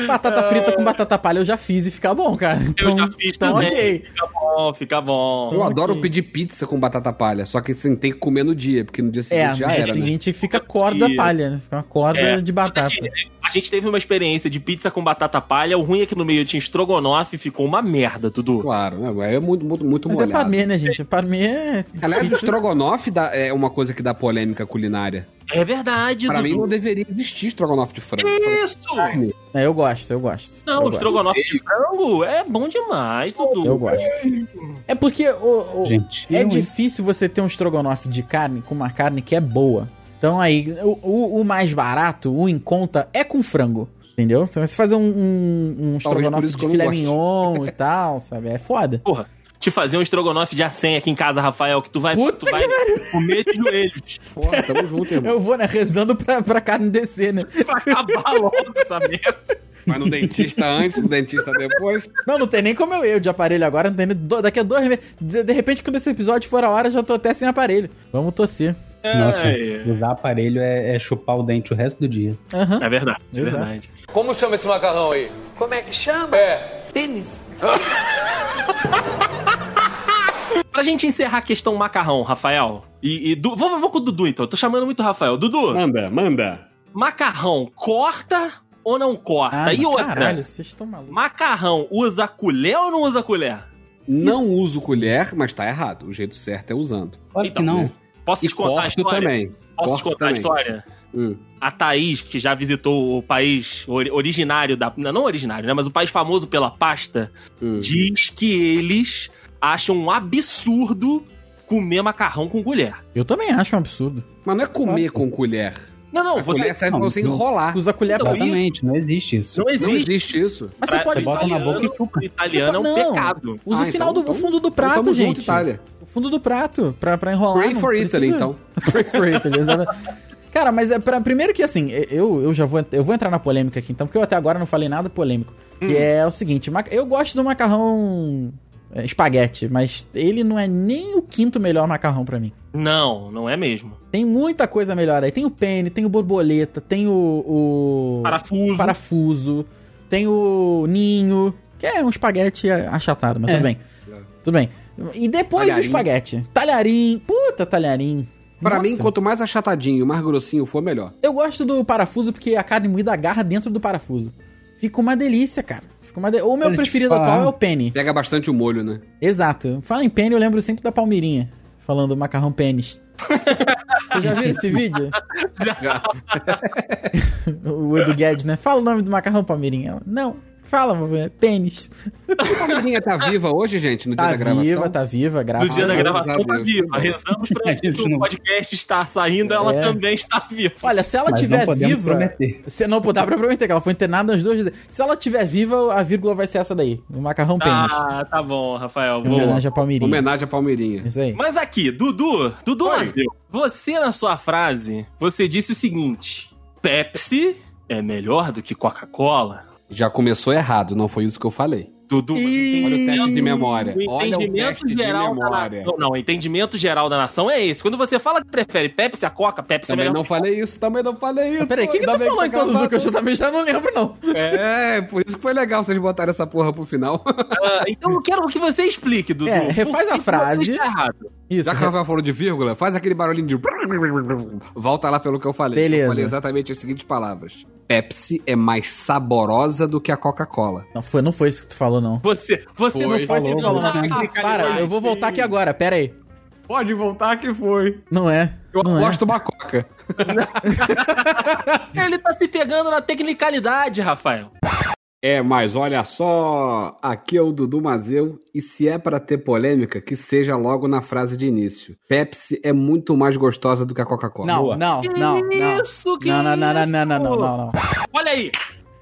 Speaker 2: Batata frita com batata palha eu já fiz e fica bom, cara. Então,
Speaker 3: Eu já fiz
Speaker 2: então
Speaker 3: também.
Speaker 2: ok.
Speaker 3: Fica bom, fica bom.
Speaker 5: Eu adoro
Speaker 2: Ok.
Speaker 5: pedir pizza com batata palha, só que assim, tem que comer no dia, porque no dia
Speaker 2: É,
Speaker 5: seguinte
Speaker 2: no
Speaker 5: já
Speaker 2: dia
Speaker 5: era, né?
Speaker 2: seguinte fica corda
Speaker 3: E-
Speaker 2: palha, né? Fica uma corda
Speaker 3: É.
Speaker 2: de batata.
Speaker 3: A gente teve uma experiência de pizza com batata palha. O ruim é que no meio tinha estrogonofe e ficou uma merda, Dudu.
Speaker 5: Claro, né? É muito, muito, muito
Speaker 2: Mas é
Speaker 5: molhado.
Speaker 2: parmê, né, gente? Parmê é...
Speaker 5: Aliás, o estrogonofe dá- é uma coisa que dá polêmica culinária.
Speaker 3: É verdade,
Speaker 5: Pra mim,
Speaker 3: Dudu.
Speaker 5: não deveria existir estrogonofe de frango. Então,
Speaker 3: Isso!
Speaker 2: É, eu gosto, eu gosto.
Speaker 3: Não,
Speaker 2: eu
Speaker 3: estrogonofe de frango é bom demais, Dudu.
Speaker 2: Gosto. Eu gosto. É porque o, o-
Speaker 4: Gente,
Speaker 2: é
Speaker 4: eu, hein?
Speaker 2: difícil você ter um estrogonofe de carne com uma carne que é boa. Então aí, o, o- o mais barato, o em conta, é com frango. Entendeu? Então, você fazer um, um, um estrogonofe
Speaker 5: isso que
Speaker 2: de
Speaker 5: eu não
Speaker 2: filé
Speaker 5: gosto.
Speaker 2: mignon e tal, sabe? É foda.
Speaker 3: Porra, te fazer um estrogonofe de acém aqui em casa, Rafael, que tu vai,
Speaker 2: Puta
Speaker 3: tu vai comer de joelhos.
Speaker 5: Porra, tamo junto, irmão.
Speaker 2: Eu vou, né, rezando pra, pra carne descer, né?
Speaker 3: pra acabar logo essa merda.
Speaker 5: Vai no dentista antes, no dentista depois.
Speaker 2: Não, não tem nem como eu ir de aparelho agora, não tem nem, do- daqui a dois meses. De, de repente, quando esse episódio for a hora, eu já tô até sem aparelho. Vamos torcer.
Speaker 4: Nossa,
Speaker 3: É,
Speaker 4: usar aparelho é, é chupar o dente o resto do dia.
Speaker 2: Aham.
Speaker 3: é verdade, é
Speaker 2: Exato.
Speaker 3: verdade.
Speaker 6: Como chama esse macarrão aí?
Speaker 7: Como é que chama?
Speaker 6: É.
Speaker 7: Pênis.
Speaker 3: Pra gente encerrar a questão macarrão, Rafael. E, e Du- vou, vou com o Dudu, então. Eu Tô chamando muito o Rafael. Dudu,
Speaker 5: Manda, manda.
Speaker 3: macarrão corta ou não corta?
Speaker 2: Ah,
Speaker 3: e Tá outra,
Speaker 2: Caralho, vocês estão malucos.
Speaker 3: macarrão usa colher ou não usa colher?
Speaker 5: Não
Speaker 2: Isso.
Speaker 5: uso colher, mas tá errado. O jeito certo é usando.
Speaker 4: Claro
Speaker 3: Então,
Speaker 4: que não. É,
Speaker 3: Posso
Speaker 5: E
Speaker 3: te contar a
Speaker 5: corto
Speaker 3: história?
Speaker 5: também.
Speaker 3: Posso te
Speaker 5: corto
Speaker 3: contar a
Speaker 5: também.
Speaker 3: história?
Speaker 5: Hum.
Speaker 3: a Thaís, que já visitou o país ori- originário da. Não, não originário, né? Mas o país famoso pela pasta,
Speaker 5: Hum.
Speaker 3: diz que eles acham um absurdo comer macarrão com colher.
Speaker 2: Eu também acho um absurdo.
Speaker 5: Mas não é comer com colher.
Speaker 3: Não, não,
Speaker 5: A
Speaker 3: você.
Speaker 5: colher serve pra
Speaker 4: Não,
Speaker 5: você
Speaker 4: não.
Speaker 5: enrolar.
Speaker 2: Usa a colher
Speaker 3: Então,
Speaker 2: pra...
Speaker 4: Exatamente, não existe isso.
Speaker 3: Não
Speaker 5: Não
Speaker 3: existe.
Speaker 5: existe isso. Então,
Speaker 2: Mas você
Speaker 3: pra-
Speaker 2: pode
Speaker 4: Você bota na
Speaker 2: usar.
Speaker 4: boca e chupa.
Speaker 3: Italiano é um
Speaker 2: Não.
Speaker 3: pecado.
Speaker 2: Usa
Speaker 5: Ah,
Speaker 2: o final
Speaker 5: então-
Speaker 2: do o fundo do
Speaker 5: Então
Speaker 2: prato,
Speaker 5: tamo junto,
Speaker 2: gente.
Speaker 5: Itália.
Speaker 2: o fundo do prato pra, pra enrolar.
Speaker 5: Pray
Speaker 2: não
Speaker 5: for
Speaker 2: precisa-
Speaker 5: Italy, então.
Speaker 2: Pray for Italy, exatamente. Cara, mas é pra, primeiro que assim, eu, eu já vou, eu vou entrar na polêmica aqui, então, porque eu até agora não falei nada polêmico. Que é o seguinte, mac- eu gosto do macarrão é, espaguete, mas ele não é nem o quinto melhor macarrão pra mim.
Speaker 3: Não, não é mesmo.
Speaker 2: Tem muita coisa melhor aí. Tem o penne, tem o borboleta, tem o. o
Speaker 3: Parafuso.
Speaker 2: parafuso, tem o ninho, que é um espaguete achatado, mas
Speaker 4: É.
Speaker 2: tudo bem. Tudo bem. E depois o
Speaker 5: Talharim.
Speaker 2: espaguete. Talharim. Puta, talharim.
Speaker 5: Pra
Speaker 2: Nossa.
Speaker 5: mim, quanto mais achatadinho e mais grossinho for, melhor.
Speaker 2: Eu gosto do parafuso porque a carne moída agarra dentro do parafuso. Fica uma delícia, cara. Fica uma de- O meu
Speaker 4: Olha, te
Speaker 2: preferido
Speaker 4: falar.
Speaker 2: atual é o penne.
Speaker 5: Pega bastante o molho, né?
Speaker 2: Exato. Fala em penne, eu lembro sempre da Palmeirinha. Falando macarrão pênis. Vocês já viram esse vídeo? o Edu Guedes, né? Fala o nome do macarrão Palmeirinha. Ela, Não. Fala, mamãe. Pênis.
Speaker 5: A Palmeirinha tá viva hoje, gente, no dia
Speaker 2: Tá
Speaker 5: da gravação.
Speaker 2: viva, tá viva, graças
Speaker 3: No dia
Speaker 2: a
Speaker 3: da
Speaker 2: Deus.
Speaker 3: gravação
Speaker 5: Deus,
Speaker 3: tá
Speaker 5: a Deus.
Speaker 3: viva. Rezamos pra
Speaker 4: A gente
Speaker 3: que o
Speaker 4: não-
Speaker 3: podcast estar saindo, ela
Speaker 2: É.
Speaker 3: também está viva.
Speaker 2: Olha, se ela
Speaker 4: Mas não
Speaker 2: tiver
Speaker 4: podemos
Speaker 2: viva.
Speaker 4: prometer.
Speaker 2: Se não dá pra prometer que ela foi internada nas duas vezes. Se ela tiver viva, a vírgula vai ser essa daí. O macarrão pênis.
Speaker 3: Ah, tá bom, Rafael.
Speaker 2: Em
Speaker 3: Boa.
Speaker 2: homenagem a Palmeirinha.
Speaker 5: Homenagem à Palmeirinha.
Speaker 2: Isso aí.
Speaker 3: Mas aqui, Dudu, Dudu
Speaker 5: Oi.
Speaker 3: Mazeu, você na sua frase, você disse o seguinte: Pepsi é melhor do que Coca-Cola.
Speaker 5: Já começou errado, não foi isso que eu falei.
Speaker 3: Dudu,
Speaker 5: Olha o teste de memória.
Speaker 3: o
Speaker 5: Olha o
Speaker 3: entendimento
Speaker 5: teste de
Speaker 3: geral da
Speaker 5: memória.
Speaker 3: nação. Não, o entendimento geral da nação é esse. Quando você fala que prefere Pepsi a Coca, Pepsi é
Speaker 5: Também
Speaker 3: melhor.
Speaker 5: não falei isso, também não falei isso.
Speaker 2: Peraí, o que, que tu
Speaker 5: Ainda bem
Speaker 2: falou
Speaker 5: tá
Speaker 2: então, Dudu?
Speaker 5: gravado.
Speaker 2: Que eu já também já não lembro, não.
Speaker 5: É, por isso que foi legal vocês botarem essa porra pro final.
Speaker 3: Ah, então eu quero que você explique, Dudu.
Speaker 2: É,
Speaker 3: por
Speaker 2: refaz
Speaker 3: que
Speaker 2: a
Speaker 3: que
Speaker 2: frase.
Speaker 3: Você está errado.
Speaker 2: Isso.
Speaker 5: Já que o Rafael falou de vírgula, faz aquele barulhinho de... Volta lá pelo que eu falei.
Speaker 2: Beleza.
Speaker 5: Eu falei exatamente as seguintes palavras. Pepsi é mais saborosa do que a Coca-Cola.
Speaker 2: Não foi, não foi isso que tu falou, não.
Speaker 3: Você, você
Speaker 5: Foi,
Speaker 3: não
Speaker 2: Foi
Speaker 3: faz
Speaker 2: isso que tu
Speaker 4: falou,
Speaker 2: falou, não.
Speaker 3: falou.
Speaker 2: Ah, para, eu vou voltar aqui agora, pera aí.
Speaker 5: Pode voltar que foi.
Speaker 2: Não é.
Speaker 5: Eu
Speaker 2: não
Speaker 5: gosto de uma coca.
Speaker 3: Ele tá se pegando na tecnicalidade, Rafael.
Speaker 5: É, mas olha só, aqui é o Dudu Mazeu e se é pra ter polêmica, que seja logo na frase de início. Pepsi é muito mais gostosa do que a
Speaker 2: é.
Speaker 5: Coca-Cola.
Speaker 2: Não, não,
Speaker 3: Que
Speaker 2: não, não.
Speaker 3: isso, que
Speaker 2: Não, não, não, não,
Speaker 3: isso?
Speaker 2: não, não, não, não, não.
Speaker 3: Olha aí!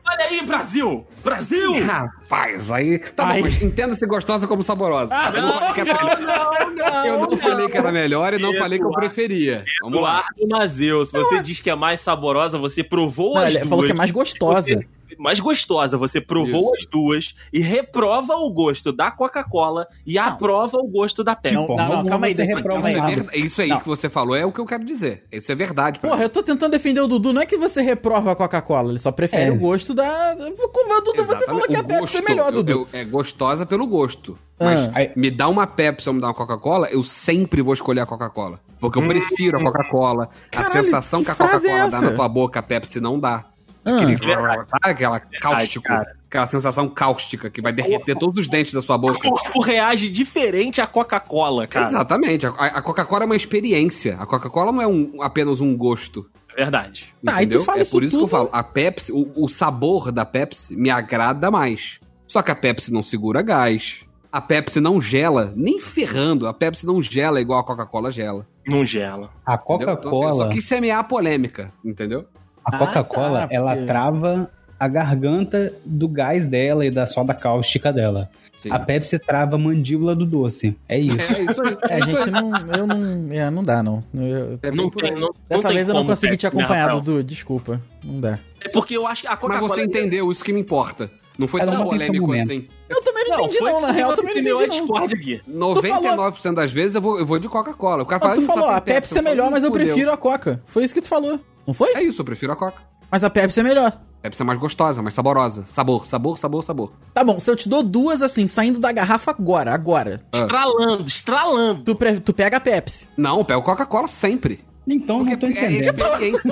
Speaker 3: Olha aí, Brasil! Brasil!
Speaker 5: Rapaz, aí. Tá
Speaker 2: Ai.
Speaker 5: bom, mas entenda-se gostosa como saborosa.
Speaker 2: Ah,
Speaker 5: eu, não falei que é melhor.
Speaker 3: não, não,
Speaker 5: Eu não falei que era melhor e não falei que eu
Speaker 3: Eduardo.
Speaker 5: preferia. Vamos lá.
Speaker 3: Eduardo Mazeu, se você diz que é mais saborosa, você provou
Speaker 2: Não,
Speaker 3: as
Speaker 2: ele
Speaker 3: duas.
Speaker 2: falou que é mais gostosa.
Speaker 3: Você- mais gostosa, você provou as duas e reprova o gosto da Coca-Cola e aprova o gosto da Pepsi.
Speaker 2: Não, não, não, calma aí,
Speaker 4: Você
Speaker 2: Desi,
Speaker 4: reprova
Speaker 2: calma
Speaker 5: Isso,
Speaker 2: aí.
Speaker 5: é
Speaker 4: errado.
Speaker 5: verdade- isso aí
Speaker 2: Não.
Speaker 5: que você falou é o que eu quero dizer. Isso é verdade. pra
Speaker 2: Porra,
Speaker 5: mim.
Speaker 2: eu tô tentando defender o Dudu. Não é que você reprova a Coca-Cola, ele só prefere
Speaker 4: É.
Speaker 2: o gosto da. Como o Dudu, você falou que a
Speaker 5: O
Speaker 2: Pepsi é
Speaker 5: gosto,
Speaker 2: melhor,
Speaker 5: eu-
Speaker 2: Dudu.
Speaker 5: eu- é gostosa pelo gosto.
Speaker 2: Ah.
Speaker 5: Mas me dá uma Pepsi ou me dá uma Coca-Cola, eu sempre vou escolher a Coca-Cola. Porque eu prefiro a Coca-cola. A
Speaker 2: Hum. Caralho,
Speaker 5: sensação
Speaker 2: que
Speaker 5: que, a
Speaker 2: frase é
Speaker 5: Coca-Cola dá
Speaker 2: essa?
Speaker 5: na tua boca, a Pepsi não dá.
Speaker 2: Ah.
Speaker 5: Aquele-
Speaker 3: Verdade.
Speaker 5: sabe aquela cáustico,
Speaker 3: cara.
Speaker 5: aquela sensação cáustica que vai derreter todos os dentes da sua
Speaker 3: O
Speaker 5: boca.
Speaker 3: corpo reage diferente à Coca-Cola, cara.
Speaker 5: Exatamente. A, a Coca-Cola é uma experiência. A Coca-Cola não é um- apenas um gosto.
Speaker 3: Verdade.
Speaker 2: Tá, e tu
Speaker 5: entendeu?
Speaker 2: fala
Speaker 5: é
Speaker 2: isso
Speaker 5: por isso que eu
Speaker 2: tudo-
Speaker 5: falo. A Pepsi, o, o sabor da Pepsi me agrada mais. Só que a Pepsi não segura gás. A Pepsi não gela, nem ferrando. A Pepsi não gela igual a Coca-Cola gela.
Speaker 3: Não gela.
Speaker 4: A
Speaker 5: entendeu? Então, assim, eu
Speaker 4: Coca-Cola,
Speaker 5: só quis semear a polêmica, entendeu?
Speaker 2: Ah,
Speaker 4: a Coca-Cola,
Speaker 2: tá,
Speaker 4: ela
Speaker 2: porque-
Speaker 4: trava a garganta do gás dela e da soda cáustica dela.
Speaker 5: Sim.
Speaker 4: A Pepsi trava a mandíbula do doce. É isso.
Speaker 5: É isso aí.
Speaker 2: É, gente, não, eu não. É, não dá, não. Eu-
Speaker 5: É bem
Speaker 3: Não
Speaker 5: por
Speaker 3: tem,
Speaker 5: aí.
Speaker 3: não, não
Speaker 2: dessa
Speaker 3: tem
Speaker 2: vez eu não
Speaker 3: como,
Speaker 2: consegui te
Speaker 3: Pepsi, né,
Speaker 2: acompanhar,
Speaker 3: Rafael?
Speaker 2: Dudu. Desculpa. Não dá.
Speaker 3: É porque eu acho que a
Speaker 5: Mas
Speaker 3: Coca-Cola. é
Speaker 5: você entendeu, isso que me importa. Não foi
Speaker 4: Ela
Speaker 5: tão
Speaker 4: não tem seu
Speaker 5: polêmico
Speaker 4: momento.
Speaker 5: assim.
Speaker 2: Eu também não, entendi,
Speaker 3: foi
Speaker 2: não. Na
Speaker 3: porque
Speaker 2: real, eu
Speaker 3: você
Speaker 2: também não
Speaker 3: assim, entendeu a
Speaker 2: entendi, não.
Speaker 3: discórdia aqui.
Speaker 5: 99% das vezes eu vou, eu vou de Coca-Cola. O cara
Speaker 2: Não, Ah,
Speaker 5: Ah, fala,
Speaker 2: tu
Speaker 5: "Ih, só
Speaker 2: falou,
Speaker 5: tem
Speaker 2: a Pepsi é
Speaker 5: Eu falo,
Speaker 2: melhor,
Speaker 5: "Ih,
Speaker 2: mas eu
Speaker 5: fudeu."
Speaker 2: prefiro a Coca. Foi isso que tu falou. Não foi?
Speaker 5: É isso, eu prefiro a Coca.
Speaker 2: Mas a Pepsi é melhor.
Speaker 5: Pepsi é mais gostosa, mais saborosa. Sabor, sabor, sabor, sabor.
Speaker 2: Tá bom, se eu te dou duas assim, saindo da garrafa agora, agora.
Speaker 5: Ah.
Speaker 3: Estralando, estralando.
Speaker 2: Tu, pre- tu pega a Pepsi.
Speaker 5: Não, eu pego Coca-Cola sempre.
Speaker 4: Então eu não tô
Speaker 5: Porque é
Speaker 4: entendendo.
Speaker 5: experiência.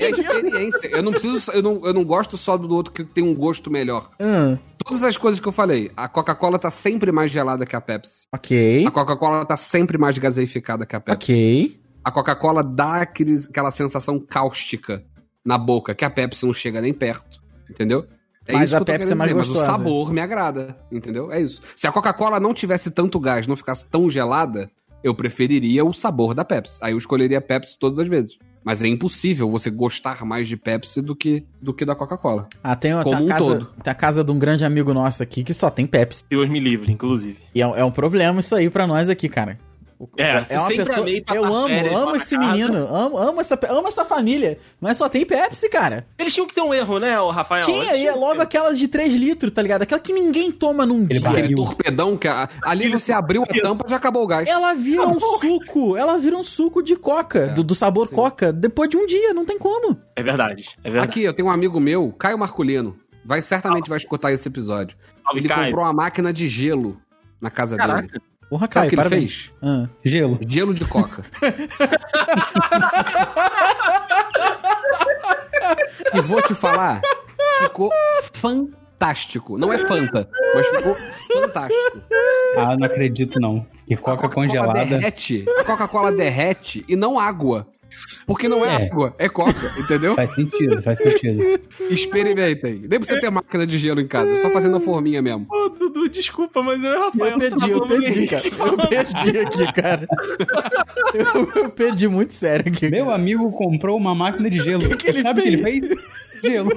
Speaker 5: É experiência. Eu não preciso. Eu não, eu não gosto só do outro que tem um gosto melhor.
Speaker 2: Hum,
Speaker 5: Todas as coisas que eu falei, a Coca-Cola tá sempre mais gelada que a Pepsi.
Speaker 2: ok.
Speaker 5: A Coca-Cola tá sempre mais gaseificada que a Pepsi.
Speaker 2: Ok.
Speaker 5: A A Coca-Cola dá aquele, aquela sensação cáustica na boca, que a Pepsi não chega nem perto, entendeu?
Speaker 2: Mas
Speaker 5: isso
Speaker 2: a
Speaker 5: que eu tô
Speaker 2: Pepsi
Speaker 5: querendo
Speaker 2: é mais
Speaker 5: Mas o
Speaker 2: gostosa.
Speaker 5: sabor me agrada, entendeu? É isso. Se a Coca-Cola não tivesse tanto gás, não ficasse tão gelada, eu preferiria o sabor da Pepsi. Aí eu escolheria a Pepsi todas as vezes. Mas é impossível você gostar mais de Pepsi do que, do que da Coca-Cola.
Speaker 2: Ah, tem, tem
Speaker 5: Como
Speaker 2: a
Speaker 5: um
Speaker 2: casa,
Speaker 5: todo.
Speaker 2: tem a casa de um grande amigo nosso aqui que só tem Pepsi.
Speaker 3: Deus me livre, inclusive.
Speaker 2: E é, é um problema isso aí pra nós aqui, cara. O-
Speaker 3: É, sempre amei pra
Speaker 2: eu
Speaker 3: pra
Speaker 2: amo,
Speaker 3: férias,
Speaker 2: amo
Speaker 3: pra
Speaker 2: esse
Speaker 3: casa.
Speaker 2: menino, amo, amo, essa, amo essa família, mas só tem Pepsi, cara.
Speaker 3: Eles tinham que ter um erro, né, o
Speaker 5: É,
Speaker 3: Rafael? Eles
Speaker 2: Tinha aí é
Speaker 3: tinham que
Speaker 2: logo
Speaker 3: ter. um
Speaker 2: aquela de 3 litros, tá ligado? Aquela que ninguém toma num
Speaker 4: Ele
Speaker 2: dia.
Speaker 4: vai-
Speaker 5: Aquele
Speaker 4: Barril.
Speaker 5: torpedão que a- ali você abriu a tampa já acabou o gás.
Speaker 2: Ela vira um suco, ela vira um suco de coca,
Speaker 5: É.
Speaker 2: do, do sabor coca, depois de um dia, não tem como.
Speaker 3: É verdade, é verdade.
Speaker 5: Aqui, eu tenho um amigo meu, Caio Marculino. Vai certamente vai escutar esse episódio.
Speaker 3: Salve,
Speaker 5: Ele
Speaker 3: Caio.
Speaker 5: comprou uma máquina de gelo na casa dele.
Speaker 3: Caraca,
Speaker 2: Porra,
Speaker 5: Sabe
Speaker 2: Caio,
Speaker 5: o que ele
Speaker 2: parabéns.
Speaker 5: fez?
Speaker 2: Ah.
Speaker 4: Gelo.
Speaker 5: Gelo de coca. e vou te falar, ficou fantástico. Não é Fanta, mas ficou fantástico.
Speaker 4: Ah, não acredito não. Que
Speaker 5: A
Speaker 4: coca
Speaker 5: Coca-Cola
Speaker 4: congelada.
Speaker 5: Derrete, a Coca-Cola derrete e não água. Porque não é,
Speaker 4: É.
Speaker 5: água, é coca, entendeu?
Speaker 4: Faz sentido, faz sentido.
Speaker 5: Experimentem. Nem precisa ter máquina de gelo em casa, é só fazendo a forminha mesmo.
Speaker 3: Ô, Dudu, desculpa, mas eu e o Rafael. tá
Speaker 2: Eu perdi, eu
Speaker 3: tava
Speaker 2: perdi,
Speaker 3: meio-
Speaker 2: cara. Eu perdi aqui, cara. Eu, eu perdi muito sério aqui.
Speaker 4: Meu amigo comprou uma máquina de gelo.
Speaker 2: que ele
Speaker 4: Sabe o que ele fez? Gelo.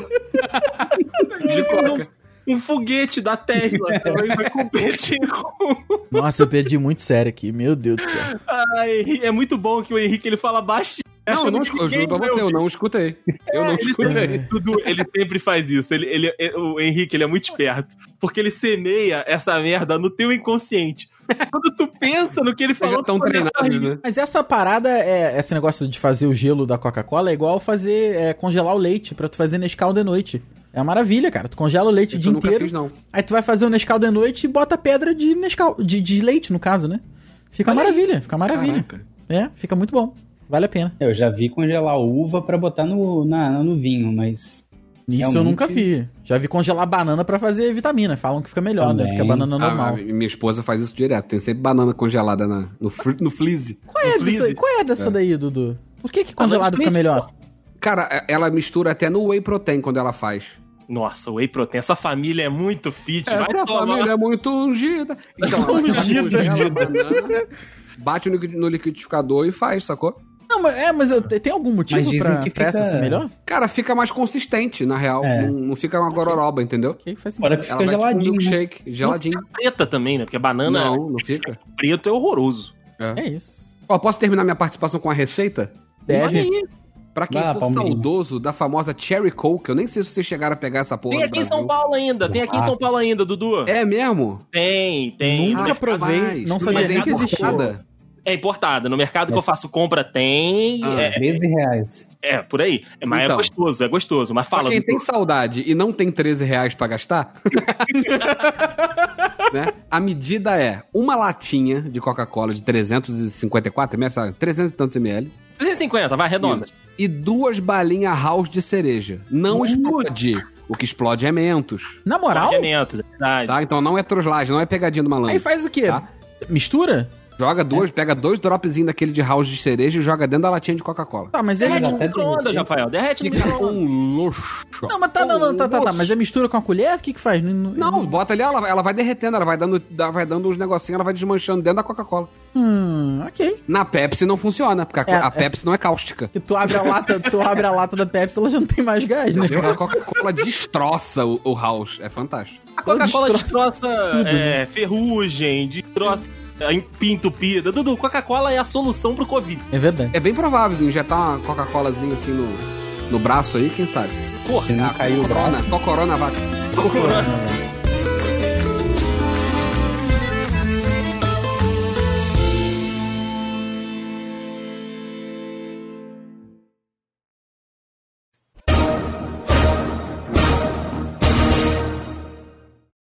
Speaker 5: De coca.
Speaker 3: Um, um foguete da Tesla. Ele vai competir com.
Speaker 2: Nossa, eu perdi muito sério aqui. Meu Deus do céu.
Speaker 3: Ai, é muito bom que o Henrique ele fala baixinho.
Speaker 5: Não, eu
Speaker 3: achando
Speaker 5: não
Speaker 3: que
Speaker 5: escutei. Eu
Speaker 3: ninguém
Speaker 5: juro pra
Speaker 3: vai
Speaker 5: você, eu
Speaker 3: ouvir.
Speaker 5: não escutei. Eu não
Speaker 3: É, ele
Speaker 5: escutei.
Speaker 3: sempre- Dudu, ele sempre faz isso. Ele, ele- é- o Henrique, ele é muito esperto. Porque ele semeia essa merda no teu inconsciente. Quando tu pensa no que ele
Speaker 5: Vocês
Speaker 3: falou...
Speaker 5: já estão
Speaker 3: tu começa a
Speaker 5: treinados,
Speaker 3: rir.
Speaker 5: né?
Speaker 2: Mas essa parada, é, esse negócio de fazer o gelo da Coca-Cola é igual fazer é, congelar o leite pra tu fazer Nescau de noite. É uma maravilha, cara. Tu congela o leite
Speaker 5: Isso
Speaker 2: o dia
Speaker 5: eu nunca
Speaker 2: inteiro,
Speaker 5: fiz, não.
Speaker 2: aí tu vai fazer o Nescau de noite e bota pedra de Nescau, de, de leite, no caso, né? Fica uma maravilha, fica uma maravilha.
Speaker 5: Caraca.
Speaker 2: É, fica muito bom. Vale a pena.
Speaker 4: Eu já vi congelar uva pra botar no, na- no vinho, mas
Speaker 2: Isso eu
Speaker 4: Realmente-
Speaker 2: nunca vi. Já vi congelar banana pra fazer vitamina. Falam que fica melhor, né? Do que a
Speaker 4: Também.
Speaker 2: banana
Speaker 5: Ah,
Speaker 2: normal.
Speaker 5: minha esposa faz isso direto. Tem sempre banana congelada na, no, fr- no fleeze.
Speaker 2: Qual é, dessa,
Speaker 3: Freeze.
Speaker 2: qual é dessa daí, Dudu? Por que, que congelado
Speaker 3: mas
Speaker 2: fica
Speaker 3: Freeze,
Speaker 2: melhor?
Speaker 5: Cara, é- ela mistura até no whey protein quando ela faz.
Speaker 3: Nossa, o Whey Protein, essa família é muito fit. vai
Speaker 5: Essa
Speaker 3: tomar.
Speaker 5: família é muito ungida. Então, ela
Speaker 2: Ungida.
Speaker 5: congela a banana, bate no liqui- no liquidificador e faz, sacou?
Speaker 2: Não, mas, é, mas eu- tem algum motivo
Speaker 4: Mas dizem
Speaker 2: pra,
Speaker 4: que
Speaker 2: pra essa
Speaker 4: fica-
Speaker 2: ser melhor?
Speaker 5: Cara, fica mais consistente, na real.
Speaker 4: É.
Speaker 5: Não, não fica uma gororoba, entendeu?
Speaker 2: Ok, faz sentido.
Speaker 4: fora que
Speaker 5: Ela
Speaker 4: fica
Speaker 5: vai tipo um
Speaker 4: geladinho. né?
Speaker 5: milkshake, geladinho.
Speaker 3: Preta também, né? Porque a banana
Speaker 5: Não, não fica.
Speaker 3: preto é horroroso.
Speaker 2: É isso.
Speaker 5: Ó, posso terminar minha participação com a receita?
Speaker 2: Deve. Ah,
Speaker 5: Olha aí. Pra quem
Speaker 4: Vai lá,
Speaker 5: for
Speaker 4: Palmeirinho.
Speaker 5: saudoso da famosa Cherry Coke, eu nem sei se vocês chegaram a pegar essa porra
Speaker 3: Tem
Speaker 5: no
Speaker 3: aqui em São
Speaker 5: Brasil.
Speaker 3: Paulo ainda, tem aqui em São Paulo ainda, Dudu.
Speaker 5: É mesmo?
Speaker 3: Tem, tem.
Speaker 2: Nunca
Speaker 5: Ah,
Speaker 2: provei,
Speaker 5: rapaz,
Speaker 2: não sabia
Speaker 5: mas
Speaker 2: nem
Speaker 5: é
Speaker 2: que existia.
Speaker 5: importada?
Speaker 3: É importada. No mercado que eu faço compra tem.
Speaker 5: Ah.
Speaker 3: É,
Speaker 4: 13 né? reais.
Speaker 3: é, por aí. Mas é
Speaker 5: Então.
Speaker 3: gostoso, é gostoso. Mas fala.
Speaker 5: pra quem
Speaker 3: Dudu.
Speaker 5: tem saudade e não tem 13 reais pra gastar, né? a medida é uma latinha de Coca-Cola de 354 ml, sabe? 300 e tantos ml,
Speaker 3: 350, vai, redonda.
Speaker 5: e duas balinhas house de cereja. Não explode. O que explode é mentos,
Speaker 2: Na moral?
Speaker 3: Alimentos, é verdade.
Speaker 5: tá? Então não é troslagem, não é pegadinha do malandro.
Speaker 2: Aí faz o quê?
Speaker 5: Tá.
Speaker 2: Mistura?
Speaker 5: Joga duas, pega dois dropzinhos daquele de house de cereja e joga dentro da latinha de Coca-Cola.
Speaker 2: Tá, mas é.
Speaker 3: Derrete no
Speaker 4: até
Speaker 3: micro-ondas,
Speaker 4: derreteu.
Speaker 3: Rafael. Derrete no micro-ondas.
Speaker 5: um luxo.
Speaker 2: Não, mas tá, não, não, tá, tá, tá. Mas é mistura com a colher? O que que faz? Não. não-
Speaker 5: Não, bota ali, ela, ela vai derretendo, ela vai dando, dá- vai dando uns negocinhos, ela vai desmanchando dentro da Coca-Cola.
Speaker 2: Hum, ok.
Speaker 5: Na Pepsi não funciona, porque a, co-
Speaker 2: É,
Speaker 5: a
Speaker 2: é.
Speaker 5: Pepsi não é cáustica.
Speaker 2: E tu abre a lata, tu abre a lata da Pepsi, ela já não tem mais gás, né?
Speaker 5: Entendeu? A Coca-Cola destroça o, o house. É fantástico.
Speaker 3: A Coca-Cola
Speaker 2: Eu
Speaker 3: destroça é, ferrugem, destroça é, pia entupida. Dudu, Coca-Cola é a solução pro Covid.
Speaker 2: É verdade.
Speaker 5: É bem provável injetar uma Coca-Colazinha assim no, no braço aí, quem sabe? Ah,
Speaker 4: Se não caiu o braço.
Speaker 5: Corona, Cocorona vaca.
Speaker 3: Cocorona.